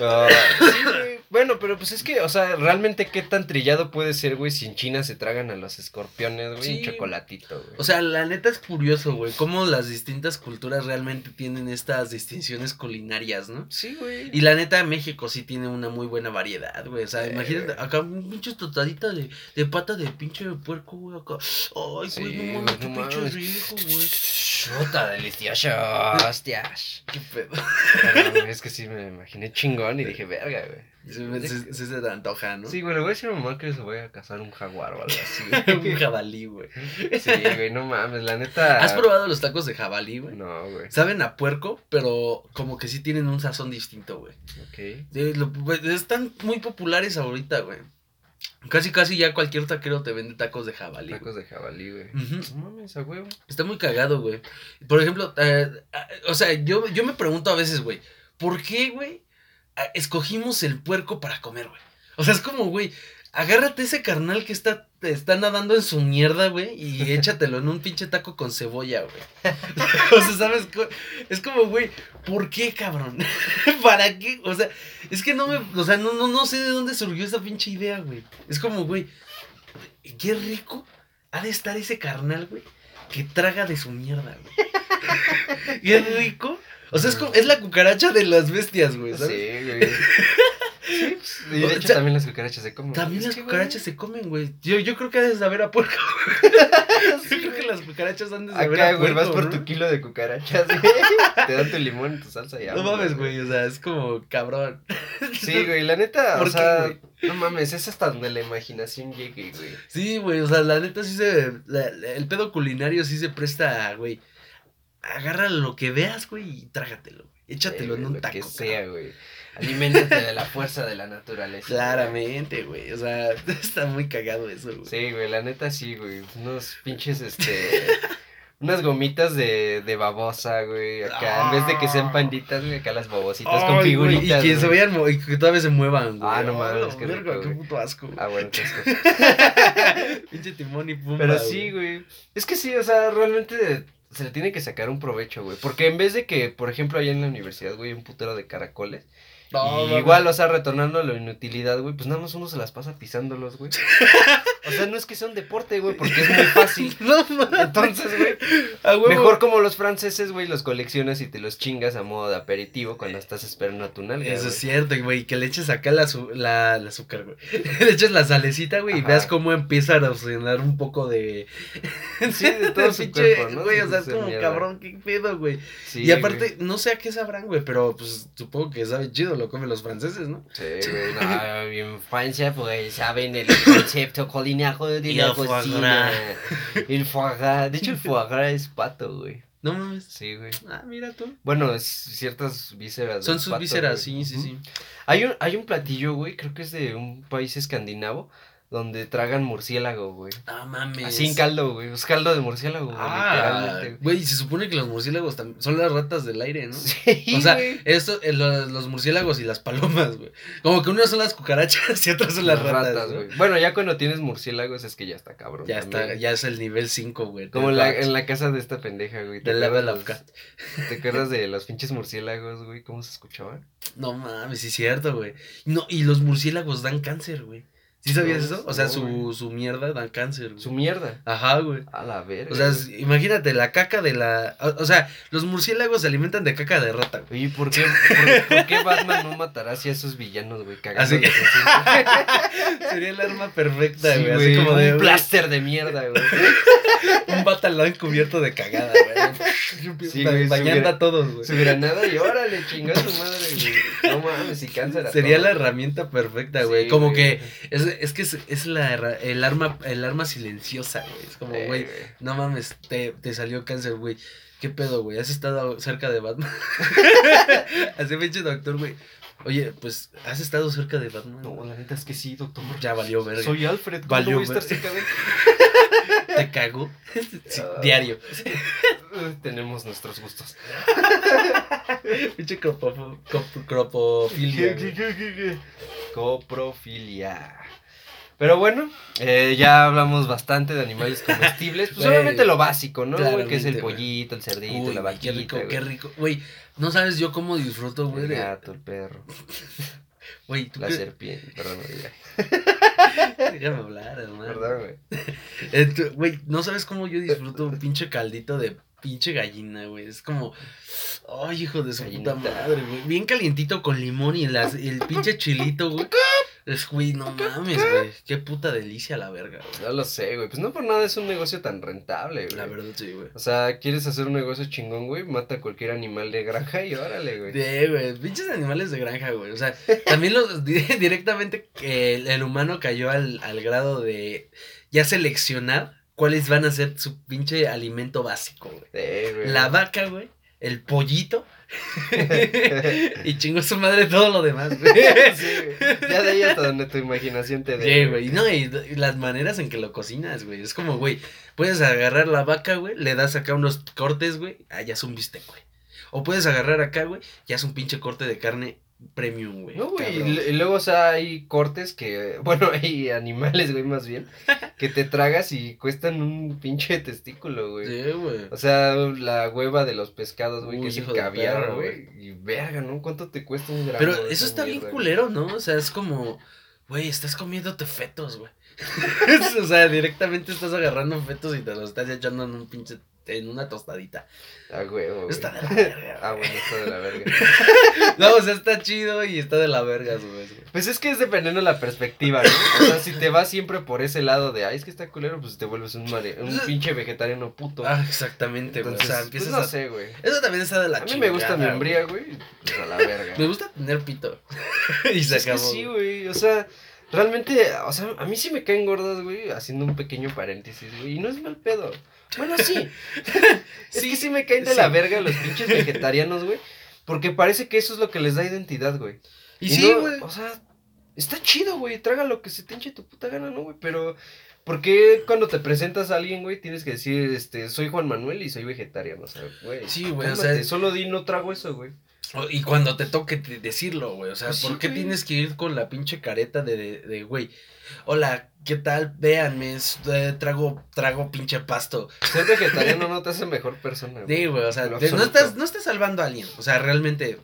S1: Ah, sí, güey. Bueno, pero pues es que, o sea, realmente qué tan trillado puede ser, güey, si en China se tragan a los escorpiones, güey, en
S2: Sí.
S1: chocolatito, güey.
S2: O sea, la neta es curioso, güey, cómo las distintas culturas realmente tienen estas distinciones culinarias, ¿no?
S1: sí, güey.
S2: Y la neta, México sí tiene una muy buena variedad, güey. O sea,
S1: Sí,
S2: imagínate,
S1: güey.
S2: acá un pinche tostadita de, de pata de pinche puerco, güey, acá. Ay,
S1: Sí,
S2: güey, no
S1: güey,
S2: mames, qué
S1: no
S2: pinche
S1: mames.
S2: rico, güey.
S1: Chuta, deliciosa, hostias.
S2: Qué pedo.
S1: Pero, güey, es que sí me imaginé chingón y dije, verga, güey.
S2: Sí, me- sí- sí se te antoja, ¿no?
S1: Sí, güey, le voy a decir a mi mamá que se voy a cazar un jaguar o algo así.
S2: un
S1: güey.
S2: jabalí, güey.
S1: Sí, güey, no mames, la neta.
S2: ¿Has probado los tacos de jabalí, güey?
S1: Ah. No, güey.
S2: Saben a puerco, pero como que sí tienen un sazón distinto, güey. pues,
S1: Ok.
S2: De- lo- güey, Están muy populares ahorita, güey. Casi, casi ya cualquier taquero te vende tacos de jabalí. güey.
S1: Tacos de jabalí, güey.
S2: Ujú.
S1: No mames, a huevo.
S2: Está muy cagado, güey. Por ejemplo, eh, ah, o sea, yo, yo me pregunto a veces, güey, ¿por qué, güey, ah, escogimos el puerco para comer, güey? O sea, es como, güey, agárrate ese carnal que está, te está nadando en su mierda, güey, y échatelo en un pinche taco con cebolla, güey. o sea, ¿sabes? Co- Es como, güey, ¿por qué, cabrón? ¿Para qué? O sea, es que no me, o sea, no, no, no sé de dónde surgió esa pinche idea, güey. Es como, güey, qué rico ha de estar ese carnal, güey que traga de su mierda, güey. y es rico. O sea, es, como- es la cucaracha de las bestias, güey,
S1: Sí,
S2: ¿sabes?
S1: güey. Sí, pues, y
S2: O
S1: de hecho
S2: sea,
S1: también las cucarachas se comen.
S2: También
S1: Es
S2: las
S1: que, güey,
S2: cucarachas se comen, güey. Yo, yo creo que has de saber a puerco. yo creo que las cucarachas han de saber
S1: Acá,
S2: a puerco.
S1: güey, vas por
S2: bro.
S1: tu kilo de cucarachas, güey. Te dan tu limón, tu salsa y
S2: No
S1: agua.
S2: mames, güey, o sea, es como cabrón.
S1: Sí, güey, la neta,
S2: ¿Por
S1: o
S2: qué,
S1: sea,
S2: güey?
S1: no mames, es hasta donde la imaginación llegue, güey.
S2: Sí, güey, o sea, la neta sí se... la- la- el pedo culinario sí se presta, güey. Agarra lo que veas, güey, y trágatelo. güey. Échatelo
S1: Eh,
S2: en un
S1: lo
S2: taco.
S1: que
S2: cabrón.
S1: sea, güey. Aliméntate de la fuerza de la naturaleza.
S2: Claramente, güey. O sea, está muy cagado eso, güey.
S1: Sí, güey, la neta sí, güey. Unos pinches, este. Unas gomitas de, de babosa, güey. Acá, en vez de que sean panditas, güey, acá las babositas con
S2: Ah. Ay, güey,
S1: figuritas.
S2: Y que
S1: güey.
S2: se vean, mo- y que todavía se muevan, güey.
S1: Ah, no
S2: Ay,
S1: mames,
S2: la
S1: qué
S2: verga,
S1: rico,
S2: qué
S1: güey.
S2: puto asco. güey.
S1: Ah, bueno, qué asco.
S2: Pinche timón y pumba.
S1: Pero sí, güey. Es que sí, o sea, realmente se le tiene que sacar un provecho, güey. Porque en vez de que, por ejemplo, allá en la universidad, güey, un putero de caracoles.
S2: No,
S1: Y
S2: mames.
S1: igual, o sea, retornando a la inutilidad, güey, pues nada más uno se las pasa pisándolos, güey. O sea, no es que sea un deporte, güey, porque es muy fácil.
S2: No, mames. Ah,
S1: Entonces, güey,
S2: A huevo.
S1: mejor como los franceses, güey, los coleccionas y te los chingas a modo de aperitivo cuando estás esperando a tu nalga,
S2: Eso
S1: güey.
S2: es cierto, güey, que le eches acá la, azu- la, la azúcar, güey. Le eches la salecita, güey, y
S1: Ajá.
S2: veas cómo empieza a erosionar un poco de...
S1: Sí, de todo su cuerpo, ¿no?
S2: Güey,
S1: Sí,
S2: o sea,
S1: sí,
S2: es como,
S1: mierda.
S2: cabrón, qué pedo, güey.
S1: Sí,
S2: y aparte, no sé a qué sabrán, güey, pero pues supongo que sabe chido, lo comen los franceses, ¿no?
S1: güey. Sí, güey, no, en Francia, pues, saben el concepto colinajo de
S2: Y
S1: la
S2: el foie
S1: cocina. El foie gras. De hecho, el foie gras es pato, güey.
S2: No mames.
S1: Sí, güey.
S2: Ah, mira tú.
S1: Bueno, es ciertas vísceras.
S2: Son
S1: del
S2: sus
S1: pato,
S2: vísceras,
S1: güey.
S2: sí, sí,
S1: Ujú.
S2: sí.
S1: Hay un, hay un platillo, güey, creo que es de un país escandinavo, donde tragan murciélago, güey.
S2: Ah, mames.
S1: Así en caldo, güey. Es caldo de murciélago, güey,
S2: Ah,
S1: literalmente.
S2: güey, se supone que los murciélagos tam- son las ratas del aire, ¿no?
S1: Sí,
S2: o sea,
S1: güey.
S2: Esto, eh, los, los murciélagos y las palomas, güey. Como que unas son las cucarachas y otras son las, ratas, güey.
S1: Bueno, ya cuando tienes murciélagos es que ya está cabrón.
S2: Ya
S1: también.
S2: está, ya es el nivel 5, güey.
S1: Como
S2: de
S1: en la,
S2: rats.
S1: en la casa de esta pendeja, güey.
S2: Del
S1: acuerdas
S2: Level of
S1: los-
S2: Cat.
S1: ¿Te acuerdas de los pinches murciélagos, güey? ¿Cómo se escuchaban?
S2: No mames, sí es cierto, güey. No, y los murciélagos dan cáncer, güey. ¿Sí sabías
S1: No,
S2: eso? O sea,
S1: no,
S2: su,
S1: güey.
S2: su mierda dan cáncer, güey.
S1: Su mierda.
S2: Ajá, güey.
S1: A la verga.
S2: O sea,
S1: güey.
S2: es- imagínate la caca de la. O, o sea, los murciélagos se alimentan de caca de rata, güey.
S1: Oye, ¿y ¿por qué, por, por qué Batman no matará así a esos villanos, güey?
S2: Así.
S1: Cagándoles así, güey?
S2: Sería el arma perfecta,
S1: Sí,
S2: güey. Así
S1: güey,
S2: como
S1: un
S2: de. güey,
S1: plaster de mierda, güey.
S2: Un batalón cubierto de cagada, güey.
S1: Sí,
S2: Ba-
S1: güey,
S2: Bañando
S1: subiera-
S2: a todos, güey.
S1: Su granada y órale, chingó a su madre, güey. No mames, y cáncer a
S2: Sería la
S1: todos.
S2: herramienta perfecta,
S1: Sí,
S2: güey. como que es, es que es, es la, herra- el arma el arma silenciosa, güey. Es como,
S1: Eh,
S2: güey, no mames, te, te salió cáncer, güey. ¿Qué pedo, güey? ¿Has estado cerca de Batman? Así pinche doctor, güey. Oye, pues, ¿has estado cerca de Batman?
S1: No, la neta es que sí, doctor.
S2: Ya valió verga.
S1: Soy Alfred, ¿cómo
S2: Valió
S1: no voy a estar
S2: verga.
S1: cerca de
S2: Te cago. Sí,
S1: Ah.
S2: diario.
S1: Eh, Tenemos nuestros gustos.
S2: Pinche cropo- crop- cropofilia. güey.
S1: Coprofilia. Pero bueno, eh, ya hablamos bastante de animales comestibles. Pues
S2: Güey.
S1: obviamente lo básico, ¿no? güey? que es el
S2: Claramente, güey.
S1: pollito, el cerdito,
S2: Uy,
S1: la
S2: güey, qué
S1: vaquita.
S2: rico,
S1: güey.
S2: qué rico. Güey, no sabes yo cómo disfruto, güey.
S1: El
S2: de-
S1: gato, el perro,
S2: Güey, tú
S1: la
S2: qué...
S1: serpiente. Perdón, güey, ya.
S2: Déjame hablar, hermano.
S1: Perdón, güey.
S2: Eh, tú- Güey, no sabes cómo yo disfruto un pinche caldito de pinche gallina, güey. Es como... Ay, hijo de su puta
S1: Gallinita.
S2: madre, güey. Bien calientito con limón y las, el pinche chilito, güey. Es, güey, no mames, güey. Qué puta delicia la verga, güey.
S1: No lo sé, güey. Pues no por nada es un negocio tan rentable, güey.
S2: La verdad, sí, güey.
S1: O sea, ¿quieres hacer un negocio chingón, güey? Mata a cualquier animal de granja y órale, güey.
S2: Sí, güey, pinches animales de granja, güey. O sea, también los di- directamente que el, el humano cayó al, al grado de ya seleccionar cuáles van a ser su pinche alimento básico, güey.
S1: Sí, güey.
S2: La vaca, güey, el pollito y chingó su madre todo lo demás, güey.
S1: Sí, güey. ya de ahí hasta donde tu imaginación te dé.
S2: Sí, güey. No, y, y las maneras en que lo cocinas, güey. Es como, güey, puedes agarrar la vaca, güey, le das acá unos cortes, güey, ah, ya es un bistec, güey. O puedes agarrar acá, güey, ya es un pinche corte de carne premium, güey.
S1: No, güey, y
S2: cabrón.
S1: l- y luego, o sea, hay cortes que, bueno, hay animales, güey, más bien, que te tragas y cuestan un pinche testículo, güey.
S2: Sí, güey.
S1: O sea, la hueva de los pescados, güey,
S2: Uy,
S1: que es el
S2: hijo de perra,
S1: caviar, güey. Y verga, ¿no? ¿Cuánto te cuesta un gramo?
S2: Pero
S1: de
S2: eso
S1: esa
S2: está bien
S1: mierda, güey?
S2: culero, ¿no? O sea, es como, güey, estás comiéndote fetos, güey. o sea, directamente estás agarrando fetos y te los estás echando en un pinche, en una tostadita.
S1: A huevo, güey.
S2: Está de la verga.
S1: Ah, bueno, está de la verga.
S2: No, o sea, está chido y está de la verga, güey.
S1: Pues es que es dependiendo la perspectiva, ¿no? O sea, si te vas siempre por ese lado de, ay, es que está culero, pues te vuelves un, mare- un
S2: Pues,
S1: pinche vegetariano puto.
S2: Ah, exactamente, güey. O
S1: Entonces,
S2: sea,
S1: pues
S2: empiezas
S1: no
S2: a...
S1: sé, güey.
S2: Eso también está de la
S1: A mí me gusta mi
S2: chingada,
S1: hembría, güey. Pues a la verga. Pues
S2: Me gusta tener pito. y se
S1: es que
S2: acabó.
S1: sí, güey. O sea, realmente, o sea, a mí sí me caen gordas, güey, haciendo un pequeño paréntesis, güey. Y no es mal pedo. Bueno, sí. es
S2: Sí,
S1: que sí me caen de
S2: sí.
S1: la verga los pinches vegetarianos, güey. Porque parece que eso es lo que les da identidad, güey.
S2: Y sí,
S1: no,
S2: güey.
S1: o sea, está chido, güey. Traga lo que se te hinche tu puta gana, ¿no, güey? Pero, ¿por qué cuando te presentas a alguien, güey, tienes que decir, este, soy Juan Manuel y soy vegetariano? O sea, güey.
S2: Sí, güey, o
S1: cálmate,
S2: sea-
S1: Solo di, no trago eso, güey.
S2: O- Y cuando te toque te- decirlo, güey. O sea,
S1: Pues sí,
S2: ¿por qué
S1: güey.
S2: tienes que ir con la pinche careta de, de, de, güey? Hola, ¿qué tal? Véanme, es- eh, trago, trago pinche pasto.
S1: Ser vegetariano no te hace mejor persona, güey.
S2: Sí, güey, o sea,
S1: En lo
S2: te- no,
S1: absoluto.
S2: estás, no estás salvando a alguien. O sea, realmente,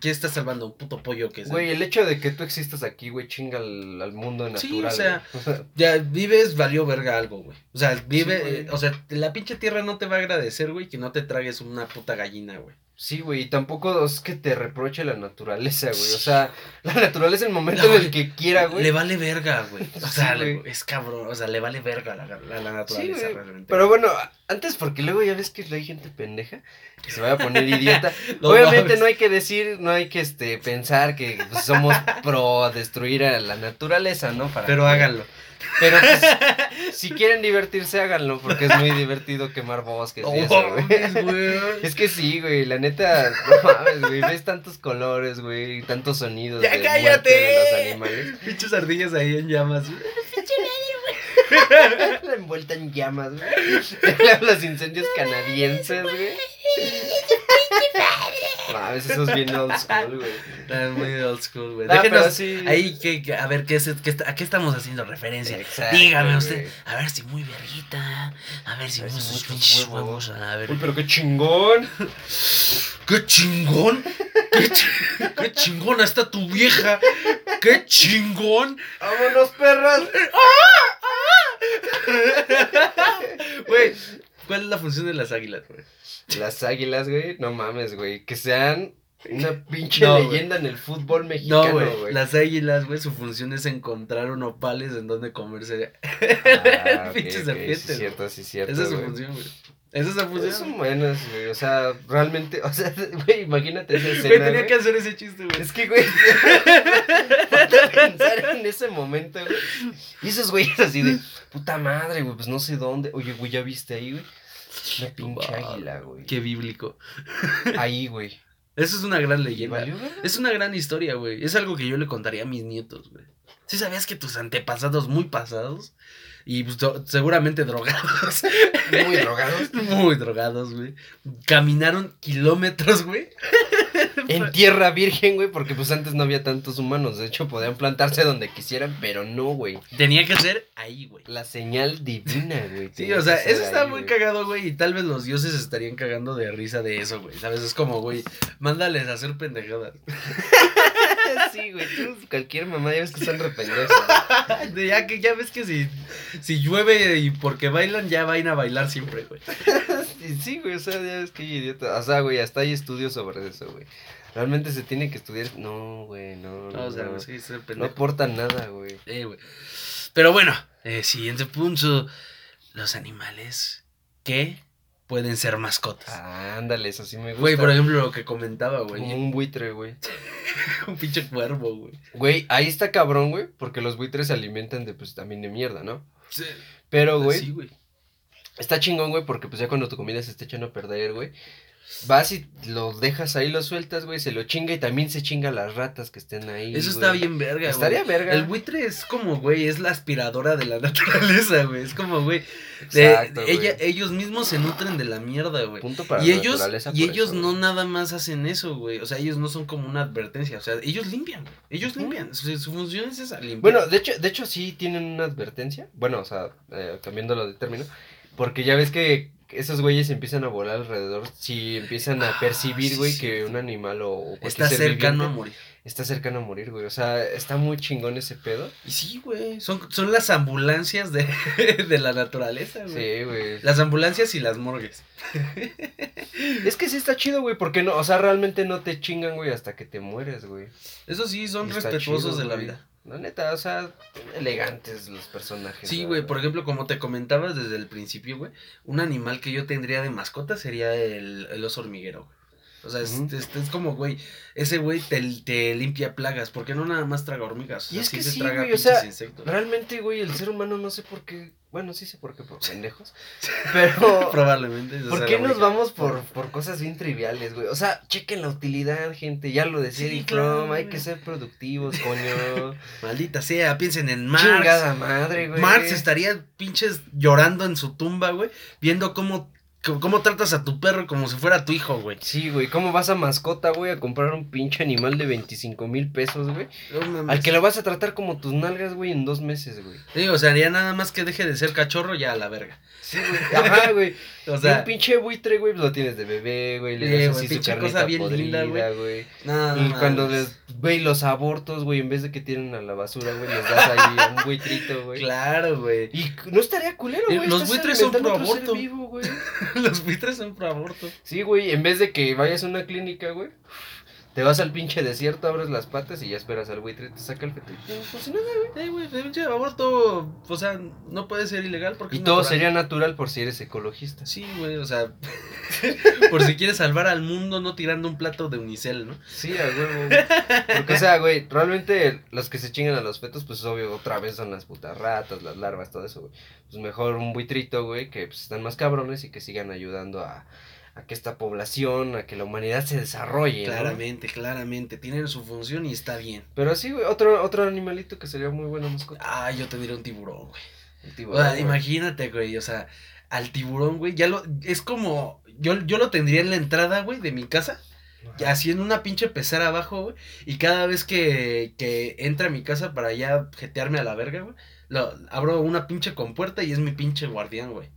S2: ¿qué estás salvando? Un puto pollo que es.
S1: Güey, el hecho de que tú existas aquí, güey, chinga al, al mundo natural.
S2: Sí, o sea,
S1: güey.
S2: Ya vives, valió verga algo, güey. O sea, vive,
S1: Sí, güey.
S2: eh, o sea, la pinche tierra no te va a agradecer, güey, que no te tragues una puta gallina, güey.
S1: Sí, güey, y tampoco es que te reproche la naturaleza, güey. O sea, la naturaleza en el momento
S2: No,
S1: en el que quiera, güey.
S2: Le vale verga, güey. O
S1: Sí,
S2: sea, le-
S1: güey.
S2: es cabrón. O sea, le vale verga a la, a la
S1: Sí,
S2: naturaleza
S1: güey.
S2: realmente.
S1: Pero bueno, antes porque luego ya ves que hay gente pendeja que se va a poner idiota.
S2: No
S1: Obviamente
S2: mames.
S1: no hay que decir, no hay que este pensar que pues, somos pro destruir a la naturaleza, ¿no? Para
S2: Pero háganlo.
S1: Pero pues, si quieren divertirse, háganlo, porque es muy divertido quemar bosques
S2: No
S1: y eso, güey.
S2: mames, güey.
S1: Es que sí, güey, la neta, no mames, güey, ves tantos colores, güey, y tantos sonidos
S2: Ya
S1: de muerte
S2: cállate.
S1: de los animales.
S2: Pinches ardillas ahí en llamas. güey.
S1: La envuelta en llamas, güey. Los incendios canadienses, güey. Mames, eso es bien old school, güey.
S2: Ah, Es muy old school, güey.
S1: Ah,
S2: Déjenos
S1: pero sí.
S2: ahí que, que- a ver qué es, qué está- a qué estamos haciendo referencia.
S1: Exacto,
S2: Dígame
S1: güey.
S2: usted, a ver si muy verguita, a ver si
S1: A ver si
S2: muy sus
S1: muchos
S2: pinches
S1: huevos.
S2: huevos, a ver.
S1: Uy, pero qué chingón.
S2: ¡Qué chingón! ¡Qué, chi- qué chingona está tu vieja! ¡Qué chingón!
S1: Vámonos, perras.
S2: Güey, ¿cuál es la función de las águilas, güey?
S1: Las águilas, güey. No mames, güey. Que sean una pinche
S2: No, güey.
S1: leyenda en el fútbol mexicano,
S2: No, güey.
S1: güey.
S2: Las águilas, güey, su función es encontrar nopales en donde comerse.
S1: Ah, ok,
S2: pinches
S1: ok,
S2: serpientes,
S1: Sí,
S2: güey.
S1: cierto, sí, cierto.
S2: Esa es su
S1: güey.
S2: función, güey. Esa es la función.
S1: Son buenas, güey. O sea, realmente, o sea, güey, imagínate esa escena.
S2: Güey, tenía
S1: güey.
S2: que hacer ese chiste, güey.
S1: Es que, güey, ponte a pensar en ese momento, güey. Y esos güeyes así de, puta madre, güey, pues no sé dónde. Oye, güey, ¿ya viste ahí, güey? Una pinche
S2: Wow.
S1: águila, güey.
S2: Qué bíblico.
S1: Ahí, güey.
S2: Eso es una gran
S1: ¿Y
S2: leyenda.
S1: valió, güey?
S2: Es una gran historia, güey. Es algo que yo le contaría a mis nietos, güey. ¿Sí sabías que tus antepasados muy pasados y pues, do- seguramente drogados,
S1: Muy drogados.
S2: muy drogados, güey, caminaron kilómetros, güey?
S1: En tierra virgen, güey, porque pues antes no había tantos humanos. De hecho, podían plantarse donde quisieran, pero no, güey.
S2: Tenía que ser ahí, güey.
S1: La señal divina, güey.
S2: Sí,
S1: tenía
S2: o sea,
S1: que ser
S2: eso está
S1: ahí,
S2: muy
S1: güey.
S2: cagado, güey, y tal vez los dioses estarían cagando de risa de eso, güey. ¿Sabes? Es como, güey, mándales a hacer pendejadas.
S1: Sí, güey. tú, Cualquier mamá, ya ves que están rependejos.
S2: De ya que ya ves que si, si llueve y porque bailan, ya van a bailar siempre, güey.
S1: Sí, sí, güey, o sea, ya ves que idiota. O sea, güey, hasta hay estudios sobre eso, güey. Realmente se tiene que estudiar. No, güey, no. No,
S2: No, o sea,
S1: no,
S2: pues, sí, es el
S1: no
S2: pendejo.
S1: aporta nada, güey.
S2: Eh, güey. Pero bueno, eh, siguiente punto. Los animales que pueden ser mascotas.
S1: Ah, ándale, eso sí me gusta.
S2: Güey, por ejemplo, lo que comentaba, güey.
S1: Como un buitre, güey.
S2: Un pinche cuervo, güey.
S1: Güey, ahí está cabrón, güey, porque los buitres se alimentan de, pues, también de mierda, ¿no?
S2: Sí,
S1: Pero, güey,
S2: Ah, Sí, güey.
S1: está chingón, güey, porque pues ya cuando tu comida se está echando a perder, güey, Vas y lo dejas ahí, lo sueltas, güey, se lo chinga y también se chinga las ratas que estén ahí.
S2: Eso
S1: güey.
S2: está bien verga, güey.
S1: Estaría verga.
S2: El buitre es como, güey, es la aspiradora de la naturaleza, güey. Es como, güey. de-
S1: Exacto, güey.
S2: ella, ellos mismos se nutren de la mierda, güey.
S1: Punto para
S2: Y
S1: la
S2: ellos,
S1: naturaleza
S2: y
S1: por
S2: ellos
S1: eso,
S2: no
S1: güey.
S2: nada más hacen eso, güey. O sea, ellos no son como una advertencia. O sea, ellos limpian, güey. Ellos
S1: Ujú.
S2: limpian. Su, su función es esa, limpiar.
S1: Bueno, de hecho, de hecho sí tienen una advertencia. Bueno, o sea, eh, cambiándolo de término. Porque ya ves que esos güeyes empiezan a volar alrededor. Si empiezan a
S2: Ah,
S1: percibir,
S2: sí,
S1: güey,
S2: sí.
S1: que un animal o, o cualquier
S2: está
S1: este ser
S2: cercano a
S1: viviente
S2: morir.
S1: está cercano a morir, güey. O sea, está muy chingón ese pedo.
S2: Y sí, güey. Son, son las ambulancias de, de la naturaleza, güey.
S1: Sí, güey.
S2: Las ambulancias y las morgues.
S1: Es que sí está chido, güey. Porque no, o sea, realmente no te chingan, güey, hasta que te mueres, güey.
S2: Eso sí, son
S1: Y está
S2: respetuosos
S1: chido,
S2: de la
S1: güey.
S2: vida.
S1: La neta, o sea, elegantes los personajes.
S2: Sí,
S1: la
S2: güey,
S1: verdad.
S2: por ejemplo, como te comentabas desde el principio, güey, un animal que yo tendría de mascota sería el, el oso hormiguero, güey. O sea, es,
S1: Ujú.
S2: es- es como, güey, ese güey te, te limpia plagas, porque no nada más traga hormigas,
S1: Y
S2: o sea,
S1: es que
S2: se
S1: sí,
S2: traga
S1: güey, o sea,
S2: pinches insectos.
S1: Realmente, güey, el ser humano no sé por qué. Bueno, sí sé por qué, por pendejos. Pero.
S2: Probablemente. o
S1: ¿Por
S2: sea,
S1: qué
S2: la
S1: nos
S2: única-
S1: vamos por, por cosas bien triviales, güey? O sea, chequen la utilidad, gente. Ya lo decía
S2: Sí,
S1: Eric
S2: claro,
S1: Fromm, hay
S2: güey.
S1: que ser productivos, coño.
S2: Maldita sea, piensen en Marx.
S1: Chingada madre, güey.
S2: Marx estaría pinches llorando en su tumba, güey, viendo cómo, cómo, cómo tratas a tu perro como si fuera tu hijo, güey.
S1: Sí, güey. ¿Cómo vas a mascota, güey, a comprar un pinche animal de 25 mil pesos, güey?
S2: No mames.
S1: Al que lo vas a tratar como tus nalgas, güey, en dos meses, güey.
S2: Digo, o sea, ya nada más que deje de ser cachorro, ya a la verga.
S1: Sí, güey. Ajá, güey.
S2: O
S1: O
S2: sea,
S1: un pinche buitre, güey, lo tienes de bebé, güey.
S2: Sí,
S1: Le das
S2: güey,
S1: así su
S2: pinche
S1: carnita
S2: cosa bien linda,
S1: podrida,
S2: güey.
S1: güey.
S2: No,
S1: Y
S2: no
S1: cuando
S2: mames.
S1: les, güey, los abortos, güey, en vez de que tienen a la basura, güey, les das ahí a un buitrito, güey.
S2: Claro, güey.
S1: Y c- no estaría culero,
S2: Eh,
S1: güey.
S2: los
S1: estás
S2: buitres son
S1: alimentando a otro
S2: pro-aborto.
S1: ser vivo, güey.
S2: Los buitres son pro aborto.
S1: Sí, güey, en vez de que vayas a una clínica, güey, te vas al pinche desierto, abres las patas y ya esperas al buitre, te saca el feto. y- pues, si no, güey.
S2: Eh, güey, el pinche aborto, o sea, no puede ser ilegal porque.
S1: Y
S2: es
S1: todo
S2: natural.
S1: sería natural por si eres ecologista.
S2: Sí, güey, o sea. por si quieres salvar al mundo no tirando un plato de unicel, ¿no?
S1: Sí, a huevo, güey. Porque, o sea, güey, realmente los que se chingan a los fetos, pues obvio, otra vez son las putas ratas, las larvas, todo eso, güey. Pues mejor un buitrito, güey, que pues están más cabrones y que sigan ayudando a, a que esta población, a que la humanidad se desarrolle. ¿no?
S2: claramente, claramente. Tienen su función y está bien.
S1: Pero sí, güey, otro, otro animalito que sería muy buena mascota.
S2: Ah, yo tendría un tiburón, güey.
S1: el
S2: O
S1: tiburón,
S2: sea,
S1: güey.
S2: imagínate, güey, o sea, al tiburón, güey, ya lo. Es como. Yo, yo lo tendría en la entrada, güey, de mi casa. y así en una pinche pecera abajo, güey. Y cada vez que, que entra a mi casa para ya jetearme a la verga, güey, lo, abro una pinche compuerta y es mi pinche guardián, güey.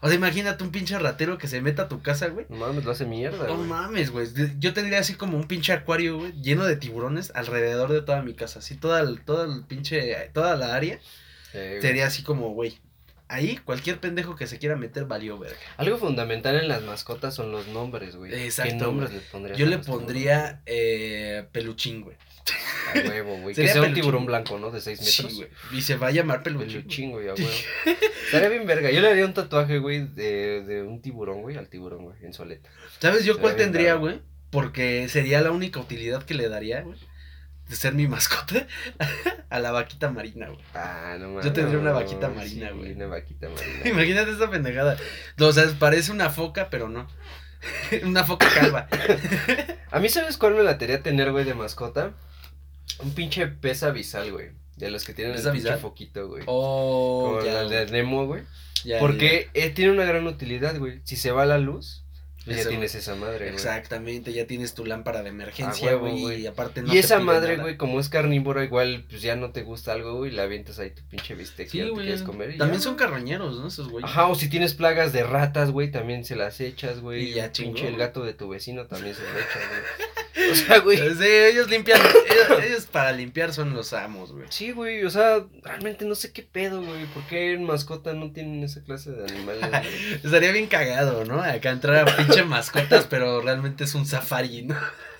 S2: O sea, imagínate un pinche ratero que se meta a tu casa, güey.
S1: No mames, lo hace mierda,
S2: No
S1: güey.
S2: mames, güey. Yo tendría así como un pinche acuario, güey, lleno de tiburones alrededor de toda mi casa. Así toda el, todo el pinche, toda la área
S1: Eh, güey.
S2: sería así como, güey. Ahí cualquier pendejo que se quiera meter valió verga.
S1: Algo fundamental en las mascotas son los nombres, güey.
S2: Exacto,
S1: ¿Qué nombres le pondrías?
S2: Yo
S1: a
S2: le
S1: los tiburones?
S2: pondría eh, peluchín, güey.
S1: A huevo, güey. Que
S2: Sería
S1: sea un
S2: peluchín.
S1: tiburón blanco, ¿no? De 6 metros.
S2: Sí, güey. Y se va a llamar peluchín.
S1: Peluchín,
S2: güey.
S1: chingo, ya, güey. Estaría bien verga. Yo le haría un tatuaje, güey, de, de un tiburón, güey, al tiburón, güey, en su aleta.
S2: ¿Sabes yo
S1: Se
S2: cuál
S1: ve bien
S2: tendría,
S1: raro.
S2: güey? Porque sería la única utilidad que le daría, güey. De ser mi mascota a la vaquita marina, güey.
S1: Ah, no mames.
S2: Yo tendría una
S1: no,
S2: vaquita
S1: sí,
S2: marina, güey.
S1: Una vaquita marina.
S2: Imagínate esta pendejada. No, o sea, parece una foca, pero no. una foca calva.
S1: A mí, ¿sabes cuál me la tería tener, güey, de mascota? Un pinche pez abisal, güey. De los que tienen
S2: ¿Pez
S1: el pinche
S2: abisal?
S1: foquito, güey.
S2: Oh,
S1: Como
S2: ya,
S1: el de Nemo, güey.
S2: ya, ya.
S1: Porque eh, tiene una gran utilidad, güey. Si se va la luz, pues ya
S2: Eso,
S1: tienes esa madre, güey.
S2: Exactamente, ya tienes tu lámpara de emergencia,
S1: A huevo,
S2: güey.
S1: güey.
S2: Y aparte no
S1: y
S2: te
S1: esa
S2: pide
S1: madre,
S2: nada.
S1: güey, como es carnívora, igual, pues ya no te gusta algo, güey, la avientas ahí tu pinche bistec y
S2: Sí,
S1: ya te
S2: güey.
S1: quieres comer. y
S2: También
S1: ya,
S2: son
S1: güey.
S2: carroñeros, ¿no? Esos güeyes.
S1: Ajá, o si tienes plagas de ratas, güey, también se las echas, güey.
S2: Y ya
S1: El pinche
S2: chingó,
S1: el
S2: güey.
S1: gato de tu vecino también se lo echa, güey. O sea, güey.
S2: Sí, ellos limpian. ellos, ellos para limpiar son los amos, güey.
S1: Sí, güey, o sea, realmente no sé qué pedo, güey. ¿Por qué en mascota no tienen esa clase de animales, güey?
S2: Estaría bien cagado, ¿no? Acá entrar a pinche mascotas, pero realmente es un safari, ¿no?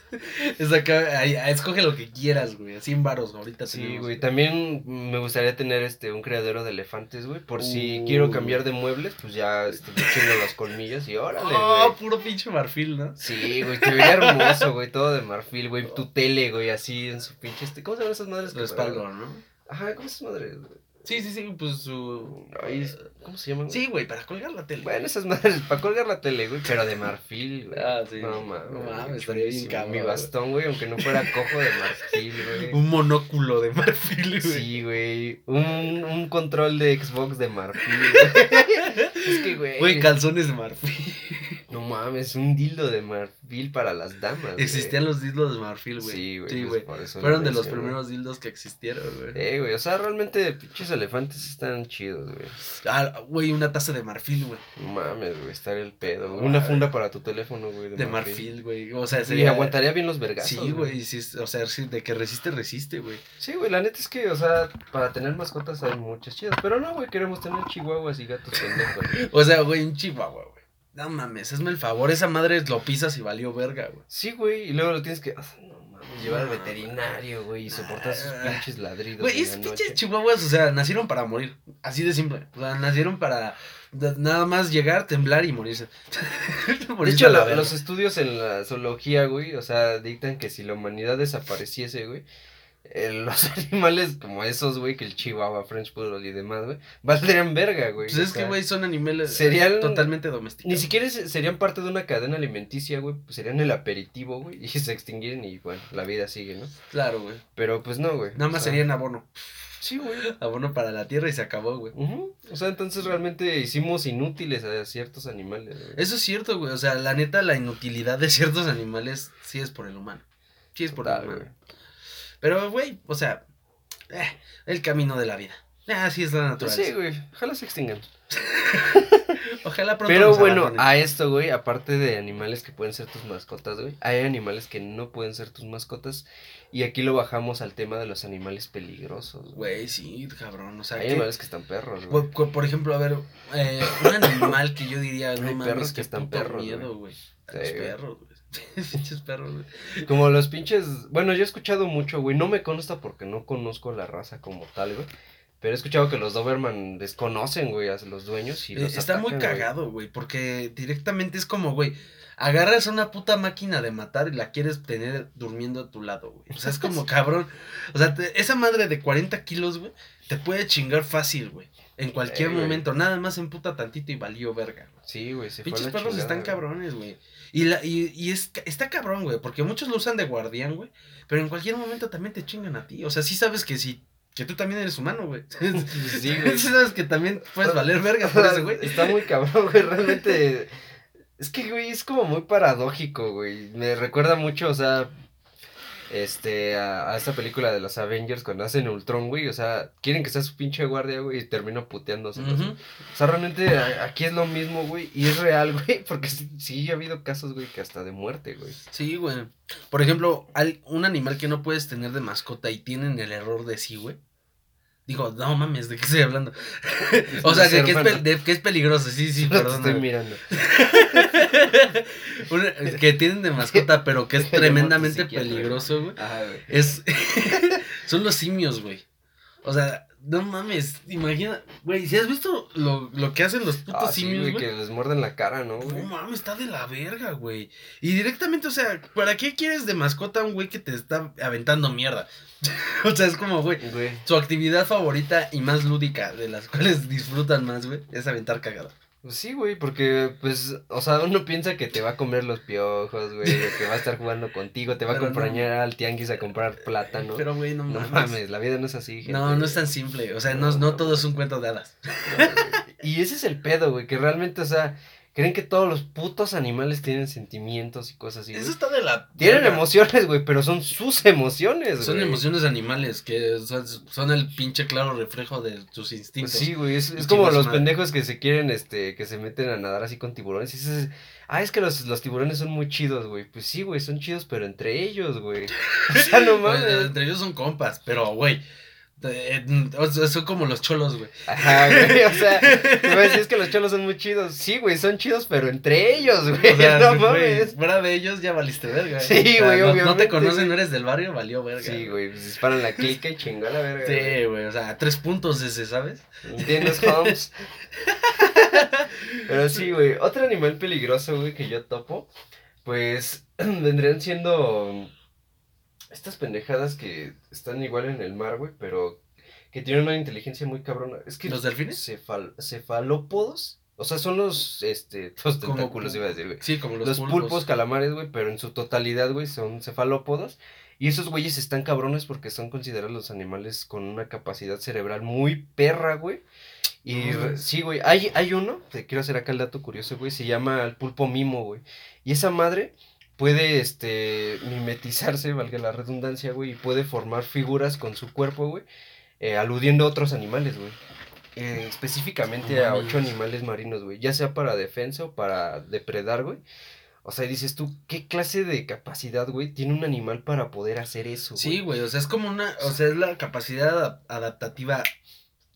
S2: Es acá, ahí- ahí escoge lo que quieras, güey. 100 varos ahorita
S1: Sí,
S2: tenemos.
S1: güey, también me gustaría tener este un criadero de elefantes, güey, por si
S2: Uh.
S1: quiero cambiar de muebles, pues ya este, me chingo los colmillos y órale, güey.
S2: Oh, puro pinche marfil, ¿no?
S1: Sí, güey, te vería hermoso, güey, todo de marfil, güey, tu tele, güey, así en su pinche este. ¿Cómo se llaman esas madres? que-
S2: Respaldo, ¿no?
S1: Ajá, ¿cómo esas madres? güey?
S2: Sí, sí, sí, pues su...
S1: Ay, es- ¿Cómo se llama? güey?
S2: Sí, güey, para colgar la tele.
S1: Bueno, esas madres, para colgar la tele, güey, pero de marfil, güey.
S2: Ah, sí.
S1: No mames,
S2: No mames,
S1: güey,
S2: estaría bien
S1: chulísimo.
S2: cabrón,
S1: Mi
S2: güey.
S1: bastón, güey, aunque no fuera cojo de marfil, güey.
S2: Un monóculo de marfil, güey.
S1: Sí, güey. Un, un control de Xbox de marfil, güey. Es que, güey.
S2: Güey, calzones de marfil.
S1: No mames, un dildo de marfil para las damas. güey.
S2: Existían los dildos de marfil, güey.
S1: Sí, güey.
S2: Sí,
S1: pues
S2: güey.
S1: por eso lo
S2: Fueron de los
S1: menciono.
S2: primeros dildos que existieron, güey.
S1: Eh, güey, o sea, realmente pinches elefantes están chidos, güey.
S2: Ah, güey, una taza de marfil, güey.
S1: No mames, güey, estar el pedo. güey. Una funda para tu teléfono, güey.
S2: De marfil, güey. O sea,
S1: Y
S2: sería...
S1: aguantaría bien los vergazos.
S2: Sí, güey, sí, es- o sea, sí, de que resiste, resiste, güey.
S1: Sí, güey, la neta es que, o sea, para tener mascotas hay muchas chidas. Pero no, güey, queremos tener chihuahuas y gatos pendejos.
S2: O sea, güey, un chihuahua, güey. No mames, hazme el favor, esa madre lo pisas y valió verga, güey.
S1: Sí, güey, y luego lo tienes que. ah, No mames, llevar al veterinario, güey, y soportar sus pinches ladridos.
S2: Ah. Güey,
S1: en
S2: es
S1: la
S2: pinches
S1: noche.
S2: chihuahuas, o sea, nacieron para morir. Así de simple. O sea, nacieron para da- nada más llegar, temblar y morirse.
S1: De
S2: Morirse
S1: hecho,
S2: a la
S1: la-
S2: verga.
S1: los estudios en la zoología, güey, o sea, dictan que si la humanidad desapareciese, güey, eh, los animales como esos, güey, que el chihuahua, French Poodle y demás, güey, valdrían verga, güey.
S2: Pues
S1: o
S2: es que,
S1: sea,
S2: güey, son animales
S1: serían-
S2: totalmente
S1: Ni
S2: domesticados.
S1: siquiera se- serían parte de una cadena alimenticia, güey, pues serían el aperitivo, güey, y se extinguirían y, bueno, la vida sigue, ¿no?
S2: Claro, güey.
S1: Pero, pues, no, güey.
S2: Nada
S1: o
S2: más
S1: sea,
S2: serían abono.
S1: Sí, güey.
S2: Abono para la tierra y se acabó, güey.
S1: Ujú, O sea, entonces realmente hicimos inútiles a ciertos animales, güey.
S2: Eso es cierto, güey. O sea, la neta, la inutilidad de ciertos animales sí es por el humano. Sí es por
S1: Total,
S2: el
S1: güey.
S2: humano. Pero, güey, o sea, eh, el camino de la vida. Así es la
S1: Pues
S2: naturaleza.
S1: sí, güey. Ojalá se extingan.
S2: Ojalá pronto.
S1: Pero
S2: nos
S1: bueno, ah.
S2: abandonen.
S1: a esto, güey, aparte de animales que pueden ser tus mascotas, güey, hay animales que no pueden ser tus mascotas. Y aquí lo bajamos al tema de los animales peligrosos, güey.
S2: Güey, sí, cabrón. O sea,
S1: Hay
S2: que- Pues
S1: animales que están perros, güey.
S2: Güey, cu- Por ejemplo, a ver, eh, un animal que yo diría, no
S1: Hay
S2: mames,
S1: perros que
S2: qué
S1: están
S2: puto
S1: perros,
S2: miedo, güey. A
S1: Sí,
S2: los
S1: güey.
S2: perros, güey. Pinches perros, güey.
S1: Como los pinches. Bueno, yo he escuchado mucho, güey. No me consta porque no conozco la raza como tal, güey. Pero he escuchado que los Doberman desconocen, güey, a los dueños y
S2: Eh,
S1: los
S2: Está muy
S1: atacan, güey.
S2: cagado, güey, porque directamente es como, güey, agarras a una puta máquina de matar y la quieres tener durmiendo a tu lado, güey. O sea, es como cabrón. O sea, te- esa madre de 40 kilos, güey, te puede chingar fácil, güey. En cualquier
S1: Sí, güey.
S2: momento, nada más emputa tantito y valió verga. güey.
S1: Sí, güey, se fue a
S2: Pinches
S1: la
S2: perros
S1: chingada,
S2: están
S1: güey.
S2: cabrones, güey. Y, la, y, y es, ca- está cabrón, güey, porque muchos lo usan de guardián, güey. Pero en cualquier momento también te chingan a ti. O sea, sí sabes que sí, que tú también eres humano, güey.
S1: Sí, güey.
S2: sí sabes que también puedes valer verga por ese, güey.
S1: Está muy cabrón, güey, realmente. Es que, güey, es como muy paradójico, güey. Me recuerda mucho, o sea, este, a, a esta película de los Avengers cuando hacen Ultron, güey. O sea, quieren que sea su pinche guardia, güey, y termina puteándose. pues,
S2: Ujú.
S1: O sea, realmente a- aquí es lo mismo, güey, y es real, güey, porque sí, sí ha habido casos, güey, que hasta de muerte, güey.
S2: Sí, güey. Por ejemplo, al- un animal que no puedes tener de mascota y tienen el error de sí, güey. Digo, no mames, ¿de qué estoy hablando? o sea, que, que es,
S1: hermano.
S2: pel- de- que es peligroso, sí, sí,
S1: No te
S2: perdón.
S1: estoy mirando.
S2: Una- que tienen de mascota, pero que es
S1: Llamó a tu
S2: tremendamente
S1: psiquiatra, güey.
S2: peligroso, güey.
S1: Ajá, güey.
S2: Es. son los simios, güey. O sea, no mames. Imagina, güey, si has visto lo, lo que hacen los putos
S1: Ah, sí,
S2: simios,
S1: güey,
S2: güey.
S1: que les muerden la cara, ¿no,
S2: No
S1: güey?
S2: mames, está de la verga, güey. Y directamente, o sea, ¿para qué quieres de mascota a un güey que te está aventando mierda? o sea, es como, güey.
S1: Güey.
S2: Su actividad favorita y más lúdica, de las cuales disfrutan más, güey, es aventar cagada.
S1: Pues sí, güey, porque, pues, o sea, uno piensa que te va a comer los piojos, güey, o que va a estar jugando contigo, te va a
S2: Pero no.
S1: acompañar al tianguis a comprar plátano.
S2: Pero, güey, no,
S1: no
S2: mames.
S1: mames, la vida no es así, gente.
S2: No, no es tan simple. O sea, no,
S1: No,
S2: no
S1: no,
S2: todo es un cuento de hadas.
S1: No, güey. Y ese es el pedo, güey, que realmente, o sea, creen que todos los putos animales tienen sentimientos y cosas así, güey.
S2: Eso está de la.
S1: Tienen
S2: verga.
S1: emociones, güey, pero son sus emociones,
S2: Son
S1: güey.
S2: emociones animales que son, son el pinche claro reflejo de tus
S1: Pues
S2: instintos.
S1: Sí, güey, es, es
S2: Y
S1: como
S2: chingas
S1: los
S2: madre.
S1: pendejos que se quieren, este, que se meten a nadar así con tiburones. Y dices, ah, es que los, los tiburones son muy chidos, güey. Pues sí, güey, son chidos, pero entre ellos, güey. O sea, no
S2: Bueno,
S1: mames.
S2: entre ellos son compas, pero, güey. eh, o sea, son como los cholos, güey.
S1: Ajá, güey, o sea, te voy a decir, es que los cholos son muy chidos. Sí, güey, son chidos, pero entre ellos, güey.
S2: O sea,
S1: no
S2: güey,
S1: mames.
S2: fuera de ellos ya valiste verga. ¿eh?
S1: Sí,
S2: O sea,
S1: güey,
S2: no- No
S1: obviamente,
S2: te conocen,
S1: güey.
S2: no eres del barrio, valió verga.
S1: Sí, güey, pues disparan la clica y chingó a la verga.
S2: Sí, güey, o sea, tres puntos ese, ¿sabes?
S1: güey. ¿Entiendes, Holmes? pero sí, güey, otro animal peligroso, güey, que yo topo, pues vendrían siendo estas pendejadas que están igual en el mar, güey, pero que tienen una inteligencia muy cabrona. Es que
S2: ¿Los delfines?
S1: cefal- cefalópodos, o sea, son los, este, los
S2: Como
S1: tentáculos,
S2: pul-
S1: iba a decir, güey.
S2: Sí, como los,
S1: Los, pulpos. calamares, güey, pero en su totalidad, güey, son cefalópodos. Y esos güeyes están cabrones porque son considerados los animales con una capacidad cerebral muy perra, güey. Y
S2: No,
S1: re-
S2: mames.
S1: sí, güey, hay, hay uno, te quiero hacer acá el dato curioso, güey, se llama el pulpo mimo, güey. Y esa madre puede, este, mimetizarse, valga la redundancia, güey, y puede formar figuras con su cuerpo, güey, eh, aludiendo a otros animales, güey. Eh, específicamente
S2: No
S1: a
S2: mames.
S1: ocho animales marinos, güey, ya sea para defensa o para depredar, güey. O sea, y dices tú, ¿qué clase de capacidad, güey, tiene un animal para poder hacer eso?
S2: Sí, güey, o sea, es como una, o sea, es la capacidad adap- adaptativa.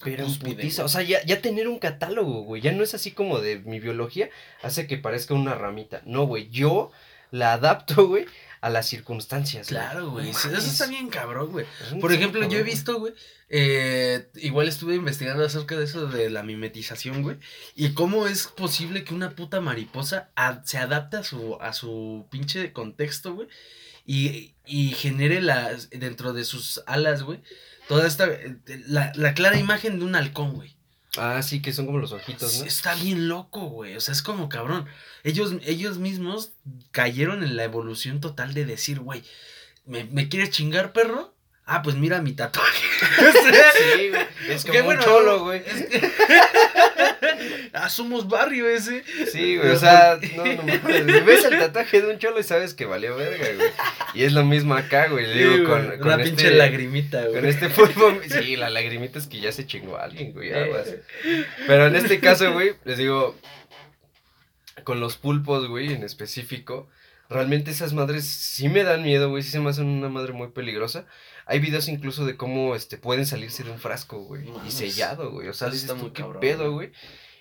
S1: Pero en
S2: cúspide,
S1: putiza,
S2: güey.
S1: o sea, ya, ya tener un catálogo, güey, ya no es así como de mi biología hace que parezca una ramita. No, güey, yo la adapto, güey, a las circunstancias.
S2: Claro, güey,
S1: No
S2: eso
S1: mames.
S2: está bien cabrón, güey.
S1: Es un
S2: Por ejemplo, yo he
S1: cabrón.
S2: visto, güey, eh, igual estuve investigando acerca de eso de la mimetización, güey, y cómo es posible que una puta mariposa a- se adapte a su, a su pinche contexto, güey, y, y genere las, dentro de sus alas, güey, toda esta, eh, la, la clara imagen de un halcón, güey.
S1: Ah, sí, que son como los ojitos, ¿no?
S2: Está bien loco, güey, o sea, es como cabrón. Ellos, ellos mismos cayeron en la evolución total de decir, güey, ¿me, me quieres chingar, perro? Ah, pues mira mi tatuaje. O sea,
S1: Sí, güey. Es
S2: Qué
S1: como
S2: bueno,
S1: un cholo,
S2: ¿no?
S1: güey.
S2: Es que- Ah, somos barrio ese.
S1: Sí, güey, o sea, no, no mames, güey. Ves el tatuaje de un cholo y sabes que valió verga, güey. Y es lo mismo acá, güey. Digo, con, con
S2: una
S1: este-
S2: pinche lagrimita, güey.
S1: Con este pulpo, sí, la lagrimita es que ya se chingó a alguien, güey, aguas.
S2: Eh,
S1: Pero en este caso, güey, les digo, con los pulpos, güey, en específico, realmente esas madres sí me dan miedo, güey, sí se me hacen una madre muy peligrosa. Hay videos incluso de cómo, este, pueden salirse de un frasco, güey, y
S2: Mames.
S1: sellado, güey, o sea,
S2: Eso
S1: dices
S2: está
S1: tú,
S2: muy
S1: qué
S2: cabrón,
S1: pedo,
S2: güey.
S1: güey.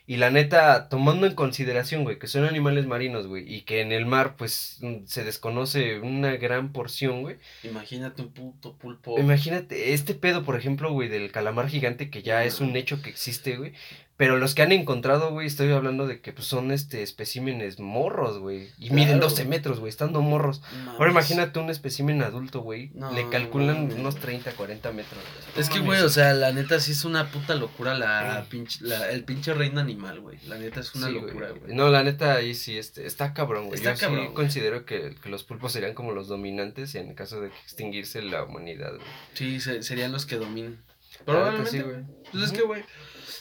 S1: Y la neta, tomando en consideración, güey, que son animales marinos, güey, y que en el mar, pues, mm, se desconoce una gran porción, güey.
S2: Imagínate un puto pulpo.
S1: Imagínate, este pedo, por ejemplo, güey, del calamar gigante, que ya es un hecho que existe, güey. Pero los que han encontrado, güey, estoy hablando de que pues, son este especímenes morros, güey. Y miden
S2: Claro.
S1: 12 metros, güey, estando morros.
S2: Mames.
S1: Ahora imagínate un espécimen adulto, güey.
S2: No,
S1: le calculan
S2: mames.
S1: unos 30, 40 metros. güey.
S2: Es que,
S1: No
S2: güey,
S1: mames.
S2: o sea, la neta sí es una puta locura la
S1: Sí.
S2: pinche, la- el pinche reino animal, güey. La neta es una
S1: Sí,
S2: locura, güey.
S1: No, la neta, ahí sí, este, está cabrón, güey.
S2: Está
S1: Yo
S2: cabrón,
S1: sí
S2: güey.
S1: considero que, que los pulpos serían como los dominantes en caso de que extinguirse la humanidad, güey.
S2: Sí, se- serían los que dominan.
S1: La neta,
S2: Probablemente,
S1: sí,
S2: güey. Pues es que, güey,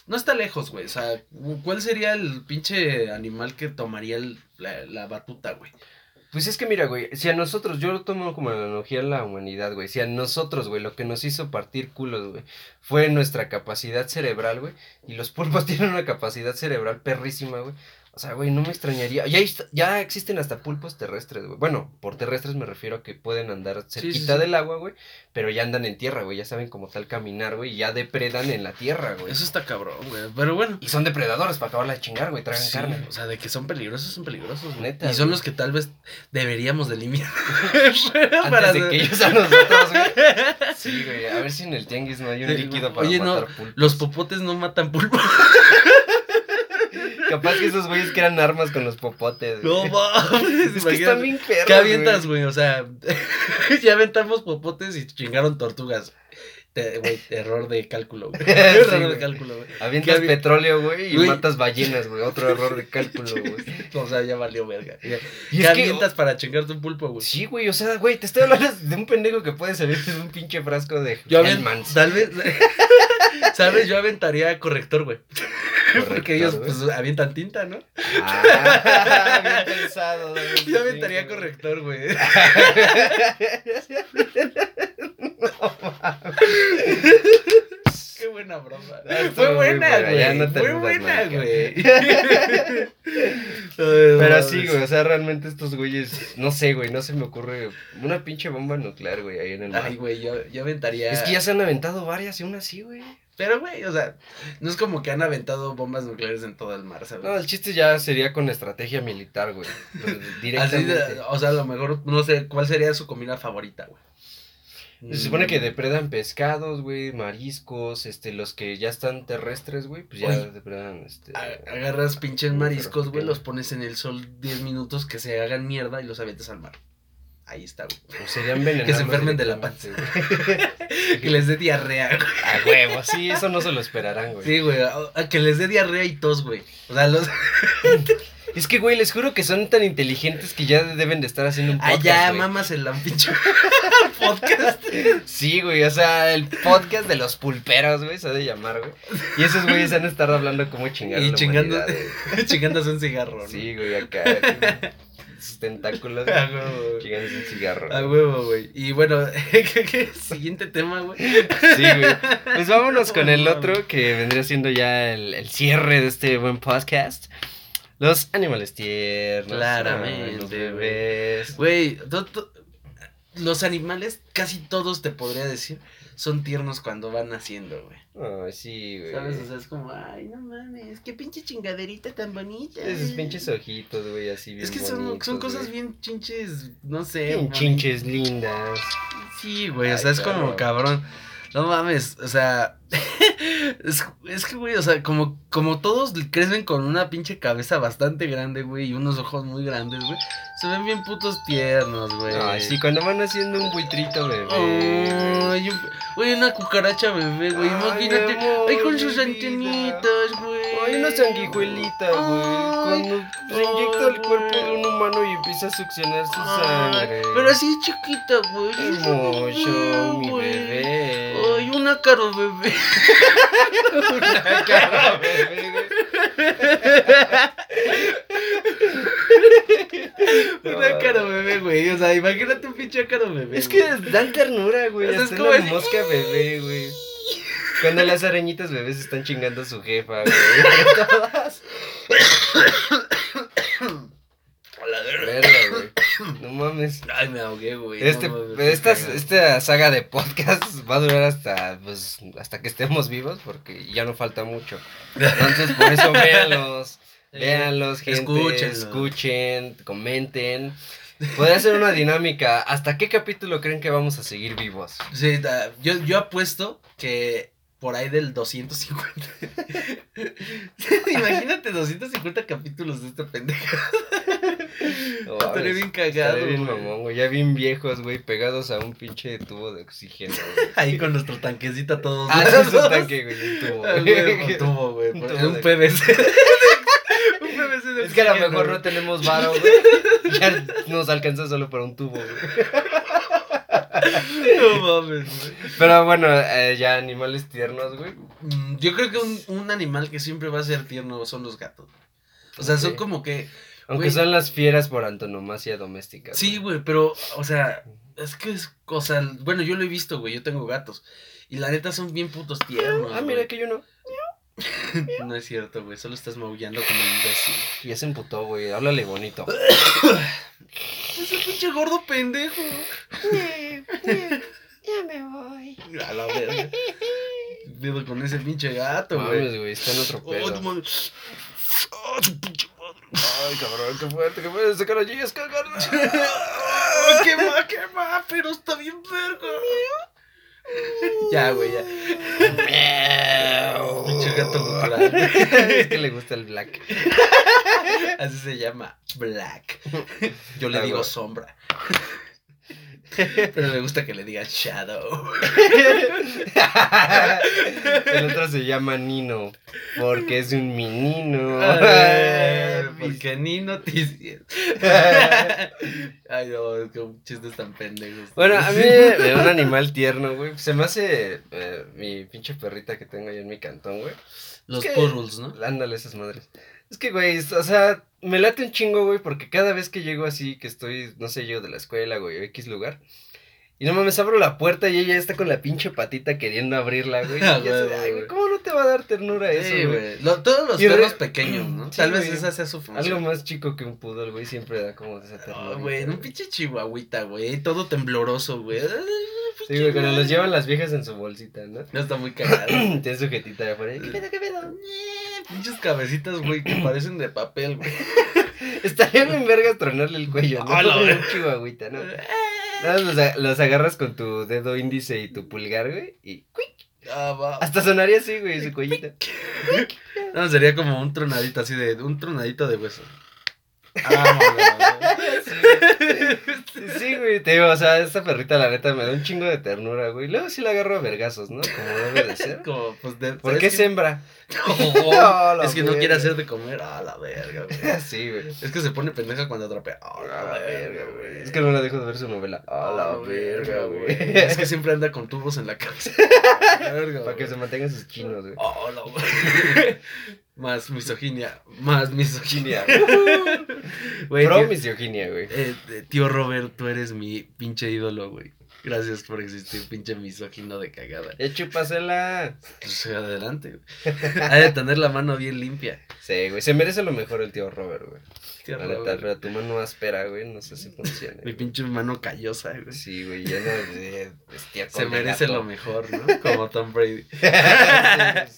S2: no está lejos, güey. O sea, ¿cuál sería el pinche animal que tomaría el- la, la batuta, güey?
S1: Pues es que mira, güey, si a nosotros, yo lo tomo como analogía a la humanidad, güey, si a nosotros, güey, lo que nos hizo partir culos, güey, fue nuestra capacidad cerebral, güey, y los pulpos tienen una capacidad cerebral perrísima, güey. O sea, güey, no me extrañaría. Ya, hay- ya existen hasta pulpos terrestres, güey. Bueno, por terrestres me refiero a que pueden andar
S2: Sí, sí,
S1: cerquita
S2: sí.
S1: del agua, güey, pero ya andan en tierra, güey, ya saben como tal caminar, güey, y ya depredan en la tierra, güey.
S2: Eso está cabrón, güey. Pero bueno.
S1: Y son depredadores para acabarla de chingar, güey, tragan
S2: Sí,
S1: carne.
S2: O sea, de que son peligrosos, son peligrosos, güey.
S1: Neta,
S2: Y son
S1: güey.
S2: los que tal vez deberíamos delimitar.
S1: Antes
S2: para
S1: de
S2: hacer-
S1: que ellos a nosotros, güey. Sí, güey, a ver si en el tianguis no hay un
S2: Sí,
S1: líquido
S2: güey.
S1: para
S2: Oye, no,
S1: matar pulpos.
S2: Los popotes no matan pulpos.
S1: Capaz que esos güeyes que eran armas con los popotes.
S2: No
S1: güey. es
S2: mames.
S1: que están
S2: imagínate.
S1: bien perros.
S2: ¿Qué avientas,
S1: güey.
S2: güey? O sea, ya aventamos popotes y chingaron tortugas. Te- Güey, error de cálculo, güey. Error de
S1: güey.
S2: cálculo, güey.
S1: Avientas
S2: ¿Qué avi-
S1: petróleo, güey, y
S2: Güey.
S1: matas ballenas, güey. Otro error de cálculo, güey.
S2: O sea, ya valió verga.
S1: Y
S2: ¿Qué
S1: es que-
S2: avientas para chingarte un pulpo, güey?
S1: Sí, güey, o sea, güey, te estoy hablando de un pendejo que puede salir de un pinche frasco de
S2: Yo avent-
S1: Hellmann's.
S2: Tal vez. ¿Sabes? Yo aventaría corrector, güey.
S1: Correcto,
S2: Porque ellos
S1: güey.
S2: pues, avientan tinta, ¿no?
S1: Ah, bien pensado. güey. Ah,
S2: Yo aventaría
S1: Sí,
S2: corrector, güey. Qué buena broma.
S1: Ah, estuvo
S2: Fue
S1: muy
S2: buena,
S1: buena, ya
S2: güey.
S1: no te
S2: Muy
S1: rindas,
S2: buena,
S1: marica.
S2: güey.
S1: Pero sí, güey, o sea, realmente estos güeyes, no sé, güey, no se me ocurre una pinche bomba nuclear, güey, ahí en el mar.
S2: Ay, güey, yo, yo aventaría.
S1: es que ya se han aventado varias y aún así, güey.
S2: Pero, güey, o sea, no es como que han aventado bombas nucleares en todo el mar, ¿sabes?
S1: No, el chiste ya sería con estrategia militar, güey. pues,
S2: Así
S1: Directamente.
S2: de- o sea, a lo mejor, no sé, ¿cuál sería su comida favorita, güey?
S1: Se supone que
S2: Mm.
S1: depredan pescados, güey, mariscos, este, los que ya están terrestres, güey, pues ya
S2: Oye.
S1: depredan, este...
S2: A- Agarras pinches
S1: Pero
S2: mariscos, güey,
S1: pequeño.
S2: los pones en el sol 10 minutos que se hagan mierda y los avientas al mar. ahí está, güey.
S1: O sería envenenarlos
S2: Que se enfermen de la
S1: directamente,
S2: Que les dé diarrea, güey.
S1: güey. A huevo, sí, eso no se lo esperarán, güey.
S2: Sí, güey. a- a Que les dé diarrea y tos, güey. O sea, los.
S1: Es que, güey, les juro que son tan inteligentes que ya deben de estar haciendo un podcast,
S2: Allá,
S1: güey.
S2: mamas el pinche podcast.
S1: Sí, güey, o sea, el podcast de los pulperos, güey, se ha de llamar, güey. Y esos güeyes han estado hablando como chingar a
S2: Y
S1: la
S2: chingando,
S1: humanidad, güey.
S2: chingándose un cigarro, ¿no?
S1: Sí, güey, acá. güey, Sus tentáculos.
S2: A
S1: güey,
S2: huevo, Ah, güey. Ah,
S1: Chingándose un cigarro.
S2: A
S1: güey.
S2: huevo, güey. Y bueno, ¿qué- qué- siguiente tema, güey.
S1: Sí, güey. Pues vámonos con el
S2: No,
S1: otro que vendría siendo ya el, el cierre de este buen podcast. Los animales tiernos.
S2: Claramente,
S1: ay, Los
S2: güey.
S1: bebés.
S2: Güey, to- to- los animales, casi todos te podría decir, son tiernos cuando van naciendo, güey.
S1: Ay, sí, güey.
S2: ¿Sabes? O sea, es como, ay, no mames, qué pinche chingaderita tan bonita.
S1: Esos pinches ojitos, güey, así bien
S2: Es que son,
S1: bonitos,
S2: son cosas
S1: güey.
S2: bien chinches, no sé.
S1: Bien
S2: mami.
S1: chinches lindas.
S2: Sí, güey, o
S1: Ay,
S2: sea, es
S1: claro.
S2: como cabrón. No mames, o sea, es, es que, güey, o sea, como, como todos crecen con una pinche cabeza bastante grande, güey, y unos ojos muy grandes, güey, se ven bien putos tiernos, güey.
S1: Ay, sí, cuando van haciendo un buitrito, bebé. güey.
S2: Eh, Ay, un- Güey, una cucaracha bebé, güey.
S1: Ay,
S2: Imagínate.
S1: mi amor,
S2: Ay, con
S1: mi
S2: sus
S1: vida.
S2: antenitas, güey.
S1: Ay, una sanguijuelita, güey.
S2: Ay,
S1: Cuando se inyecta
S2: ay,
S1: el cuerpo de
S2: güey.
S1: un humano y empieza a succionar su
S2: ay,
S1: sangre.
S2: Pero así chiquita, güey.
S1: Ay, Mocho, mi
S2: Güey.
S1: bebé.
S2: Ay, una caro bebé.
S1: Una cara, bebé, güey.
S2: Una caro bebé, güey. O sea, imagínate un pinche caro bebé.
S1: Es que
S2: güey.
S1: dan ternura, güey.
S2: O sea, es
S1: hasta
S2: como
S1: una
S2: así.
S1: mosca bebé, güey. Cuando las arañitas bebés están chingando a su jefa, güey. Todas.
S2: A la verga.
S1: Verga, güey. No mames.
S2: Ay, me ahogué, güey.
S1: Este,
S2: No mames,
S1: esta,
S2: qué cagado.
S1: esta saga de podcast va a durar hasta, pues, hasta que estemos vivos, porque ya no falta mucho. Entonces, por eso véanlos. Véanlos, gente.
S2: Escúchenlo.
S1: Escuchen, comenten. Podría ser una dinámica. ¿Hasta qué capítulo creen que vamos a seguir vivos?
S2: Sí, da- yo, yo apuesto que por ahí del 250. Imagínate 250 capítulos de este pendejo.
S1: No, mames,
S2: Estaré bien cagado.
S1: estaré bien
S2: güey.
S1: mamón, güey. Ya bien viejos, güey, pegados a un pinche tubo de oxígeno, güey.
S2: Ahí con nuestro tanquecito a todos.
S1: Ah, ese es un tanque, güey, un tubo,
S2: Ah, güey,
S1: güey.
S2: Un tubo, güey.
S1: Un
S2: por-
S1: tubo
S2: Un,
S1: de-
S2: PVC. un PVC de
S1: Es que a lo
S2: oxígeno,
S1: mejor
S2: güey.
S1: no tenemos varo, güey. Ya nos alcanza solo para un tubo, güey.
S2: No mames, güey.
S1: Pero bueno, eh, ya animales tiernos, güey.
S2: Mm, Yo creo que un, un animal que siempre va a ser tierno son los gatos. O sea, son
S1: Ok.
S2: como que.
S1: Aunque
S2: Güey.
S1: son las fieras por antonomasia doméstica.
S2: Sí, güey, pero, o sea, es que es cosa. Bueno, yo lo he visto, güey, yo tengo gatos. Y la neta son bien putos tiernos.
S1: Ah, mira
S2: güey.
S1: que yo no.
S2: No es cierto, güey, solo estás maullando como imbécil.
S1: Ya se emputó, güey. Háblale bonito.
S2: Ese pinche gordo pendejo.
S3: Ya me voy.
S2: A la verga. Vivo con ese pinche gato, güey.
S1: Mames, güey, está en otro
S2: Oh, no
S1: pedo.
S2: mames. Oh, tu pinche madre.
S1: Ay, cabrón, qué fuerte, qué fuerte. Sacar allí es cagar.
S2: Ah, quema, quema, pero está bien verga. Ya, güey, ya. Pinche gato gutural.
S1: es que le gusta el black.
S2: Así se llama Black. Yo le
S1: Ah,
S2: digo
S1: güey.
S2: sombra. Pero me gusta que le digan Shadow.
S1: El otro se llama Nino. Porque es un menino.
S2: Ay, Porque ni noticias. Ay, no, es que chistes tan pendejos.
S1: Bueno, a mí eh, un animal tierno, güey. Se me hace eh, mi pinche perrita que tengo ahí en mi cantón, güey.
S2: Los
S1: es que-
S2: Purrulls, ¿no?
S1: Ándale esas madres. Es que, güey, es- o sea, me late un chingo, güey, porque cada vez que llego así, que estoy, no sé, llego de la escuela, güey, o X lugar. Y no mames, abro la puerta y ella está con la pinche patita queriendo abrirla, güey. Y
S2: Ah,
S1: ya sé,
S2: güey,
S1: "Ay,
S2: güey.
S1: güey, ¿cómo no te va a dar ternura eso,
S2: Sí,
S1: güey?
S2: güey. Lo- Todos los
S1: Y re-
S2: perros pequeños, ¿no?
S1: Sí,
S2: Tal vez
S1: güey.
S2: esa sea su
S1: Algo
S2: función.
S1: más chico que un poodle, güey, siempre da como esa
S2: No,
S1: ternura.
S2: güey, un pinche chihuahuita, güey. Todo tembloroso, güey. Ay,
S1: Sí,
S2: pinche
S1: güey, cuando
S2: madre.
S1: los llevan las viejas en su bolsita, ¿no?
S2: No está muy cagado.
S1: Tiene su jetita de afuera. ¿Qué pedo, qué pedo?
S2: Pinches cabecitas, güey, que parecen de papel, güey.
S1: Estaría bien vergas tronarle el cuello, ¿no?
S2: A Ah, la verga.
S1: un chihuahuita, ¿no? Nada más los, a- los agarras con tu dedo índice y tu pulgar, güey, y ¡cuic!
S2: Ah, va.
S1: hasta sonaría así, güey, su cuellito.
S2: No, sería como un tronadito así de. Un tronadito de hueso. Ah,
S1: Sí, güey, te digo, o sea, esta perrita la neta me da un chingo de ternura, güey. Luego sí la agarro a vergazos, ¿no? Como debe de ser.
S2: Como, pues, de-
S1: ¿Por
S2: ¿sabes
S1: qué
S2: qué?
S1: es hembra?
S2: No,
S1: A la
S2: es que no quiere
S1: verga.
S2: hacer de comer. A la verga, güey.
S1: Sí, güey.
S2: Es que se pone pendeja cuando atrapea. A la, verga, güey.
S1: Es que no la dejo de ver su novela. A la verga, güey.
S2: Es que siempre anda con tubos en la cabeza. A la verga,
S1: Para que se
S2: güey.
S1: mantengan sus chinos, güey.
S2: A la verga. Más misoginia. Más misoginia. Güey,
S1: Pro
S2: tío,
S1: misoginia, güey.
S2: eh, eh, tío Robert, tú eres mi pinche ídolo, güey. Gracias por existir, pinche misógino de cagada.
S1: Eh, chúpasela.
S2: Pues adelante. güey. Ha de tener la mano bien limpia.
S1: Sí, güey. Se merece lo mejor el tío Robert, güey.
S2: Tío
S1: La neta,
S2: Robert.
S1: pero tu mano áspera, güey. No sé si funciona.
S2: Mi
S1: güey.
S2: pinche mano callosa, güey.
S1: Sí, güey, eh, llena de estiércol.
S2: Se
S1: de
S2: merece
S1: gato.
S2: lo mejor, ¿no? Como Tom Brady.
S1: Sí,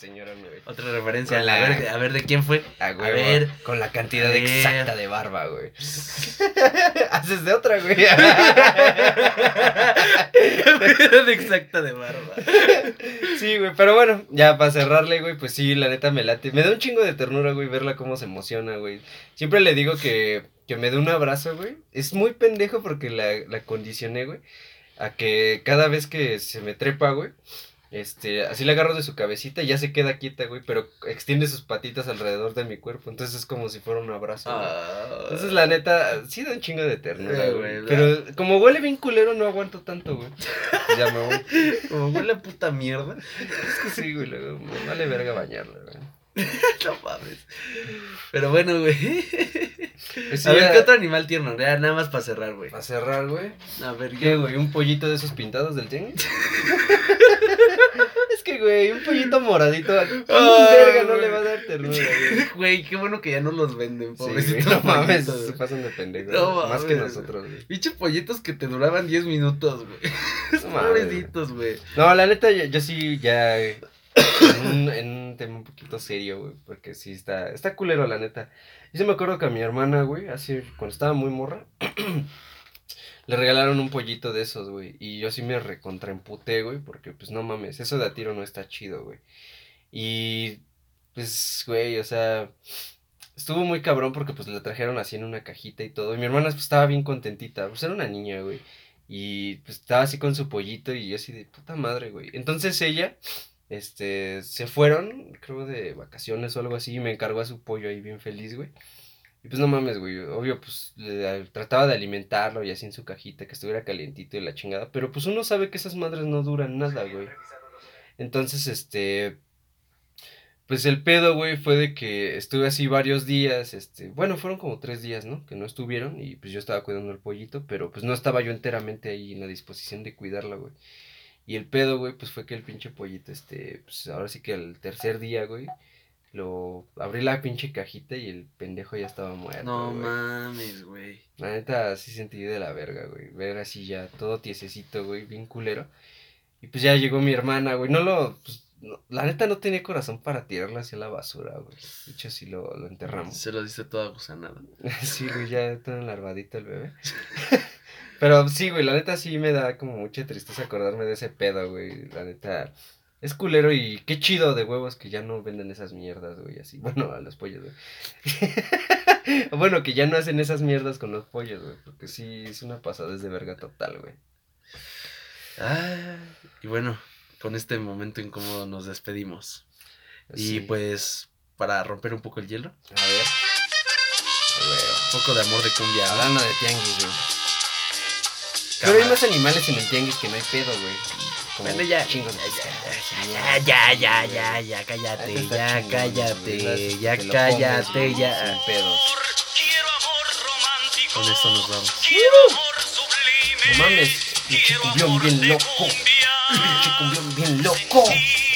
S1: señora, güey.
S2: Otra referencia.
S1: Hola.
S2: A ver, a ver, ¿de quién fue?
S1: A huevo,
S2: ver.
S1: Con la cantidad
S2: A ver.
S1: exacta de barba, güey. Haces de otra, güey.
S2: Era de exacta de barba.
S1: sí, güey. Pero bueno, ya para cerrarle, güey, pues sí, la neta me late. Me da un chingo de ternura, güey, verla cómo se emociona, güey. Siempre le digo que, que me dé un abrazo, güey. Es muy pendejo porque la, la condicioné, güey. A que cada vez que se me trepa, güey. Este, así la agarro de su cabecita y ya se queda quieta, güey, pero extiende sus patitas alrededor de mi cuerpo, entonces es como si fuera un abrazo. güey. Entonces, la neta, sí da un chingo de ternura,
S2: Sí,
S1: güey.
S2: güey,
S1: Pero como huele bien culero, no aguanto tanto, güey. Ya me voy.
S2: Como huele a puta mierda.
S1: Es que sí, güey, luego me vale verga bañarla, güey.
S2: No mames. Pero bueno, güey.
S1: Pues sí,
S2: A ver,
S1: ya,
S2: ¿qué otro animal tierno? Ya, nada más para cerrar, güey.
S1: Para cerrar, güey.
S2: A ver,
S1: ¿Qué,
S2: ¿qué?
S1: güey? ¿Un pollito de esos pintados del tianguis? es que, güey, un pollito moradito. ¿a quién
S2: Ay,
S1: verga no
S2: güey.
S1: le va a dar ternura, güey?
S2: Güey, qué bueno que ya no los venden,
S1: Sí, güey,
S2: pobrecito.
S1: no mames,
S2: pollito,
S1: se
S2: güey.
S1: pasan de pendejos.
S2: No
S1: güey, más que
S2: mames,
S1: nosotros, güey.
S2: Pinche pollitos que te duraban 10 minutos, güey.
S1: No mames, güey.
S2: Pobrecitos, güey.
S1: No, la neta, yo, yo sí ya eh, en un, en un tema un poquito serio, güey, porque sí está, está culero, la neta. Yo sí me acuerdo que a mi hermana, güey, así, cuando estaba muy morra, le regalaron un pollito de esos, güey, y yo sí me recontraemputé, güey, porque, pues, no mames, eso de a tiro no está chido, güey. Y, pues, güey, o sea, estuvo muy cabrón porque, pues, la trajeron así en una cajita y todo, y mi hermana, pues, estaba bien contentita, pues, era una niña, güey. Y pues estaba así con su pollito y yo así de puta madre, güey. Entonces ella, este, se fueron, creo de vacaciones o algo así, y me encargó a su pollo ahí bien feliz, güey. Y pues no mames, güey, obvio, pues le- trataba de alimentarlo y así en su cajita, que estuviera calientito y la chingada. Pero pues uno sabe que esas madres no duran nada, güey. Entonces, este, pues el pedo, güey, fue de que estuve así varios días, este, bueno, fueron como tres días, ¿no? Que no estuvieron y pues yo estaba cuidando el pollito, pero pues no estaba yo enteramente ahí en la disposición de cuidarla, güey. Y el pedo, güey, pues fue que el pinche pollito, este, pues ahora sí que al tercer día, güey, lo abrí la pinche cajita y el pendejo ya estaba muerto,
S2: No
S1: güey.
S2: mames, güey.
S1: La neta, sí sentí de la verga, güey. Ver así ya todo tiesecito, güey, bien culero. Y pues ya llegó mi hermana, güey. No lo. pues, no- la neta no tenía corazón para tirarla hacia la basura, güey. De hecho, sí lo, lo enterramos.
S2: Se lo dice toda gusanada.
S1: sí, güey, ya todo enlarvadito el bebé. Pero sí, güey, la neta sí me da como mucha tristeza acordarme de ese pedo, güey. La neta. Es culero y qué chido de huevos que ya no venden esas mierdas, güey, así. Bueno, a los pollos, güey. bueno, que ya no hacen esas mierdas con los pollos, güey. Porque sí, es una pasadez de verga total, güey.
S2: Ah, y bueno, con este momento incómodo nos despedimos.
S1: Sí.
S2: Y pues, para romper un poco el hielo, un
S1: A ver. A ver.
S2: poco de amor de cumbia.
S1: Hablando de tianguis, güey. Pero
S2: Cámara.
S1: hay más animales en el tianguis que no hay pedo, güey. Como
S2: Bueno, ya.
S1: chingos de
S2: Ya, ya, ya, ya, ya, cállate, ya, cállate, ya, cállate, ya.
S1: Sin pedos.
S3: Quiero amor romántico.
S2: Con esto nos vamos.
S3: Quiero amor sublime.
S1: Uh. No mames, pinche
S3: Quiero
S1: cumbión
S3: amor
S1: bien
S3: de
S1: loco.
S3: cumbia.
S1: Pinche cumbión bien loco.
S3: Sí.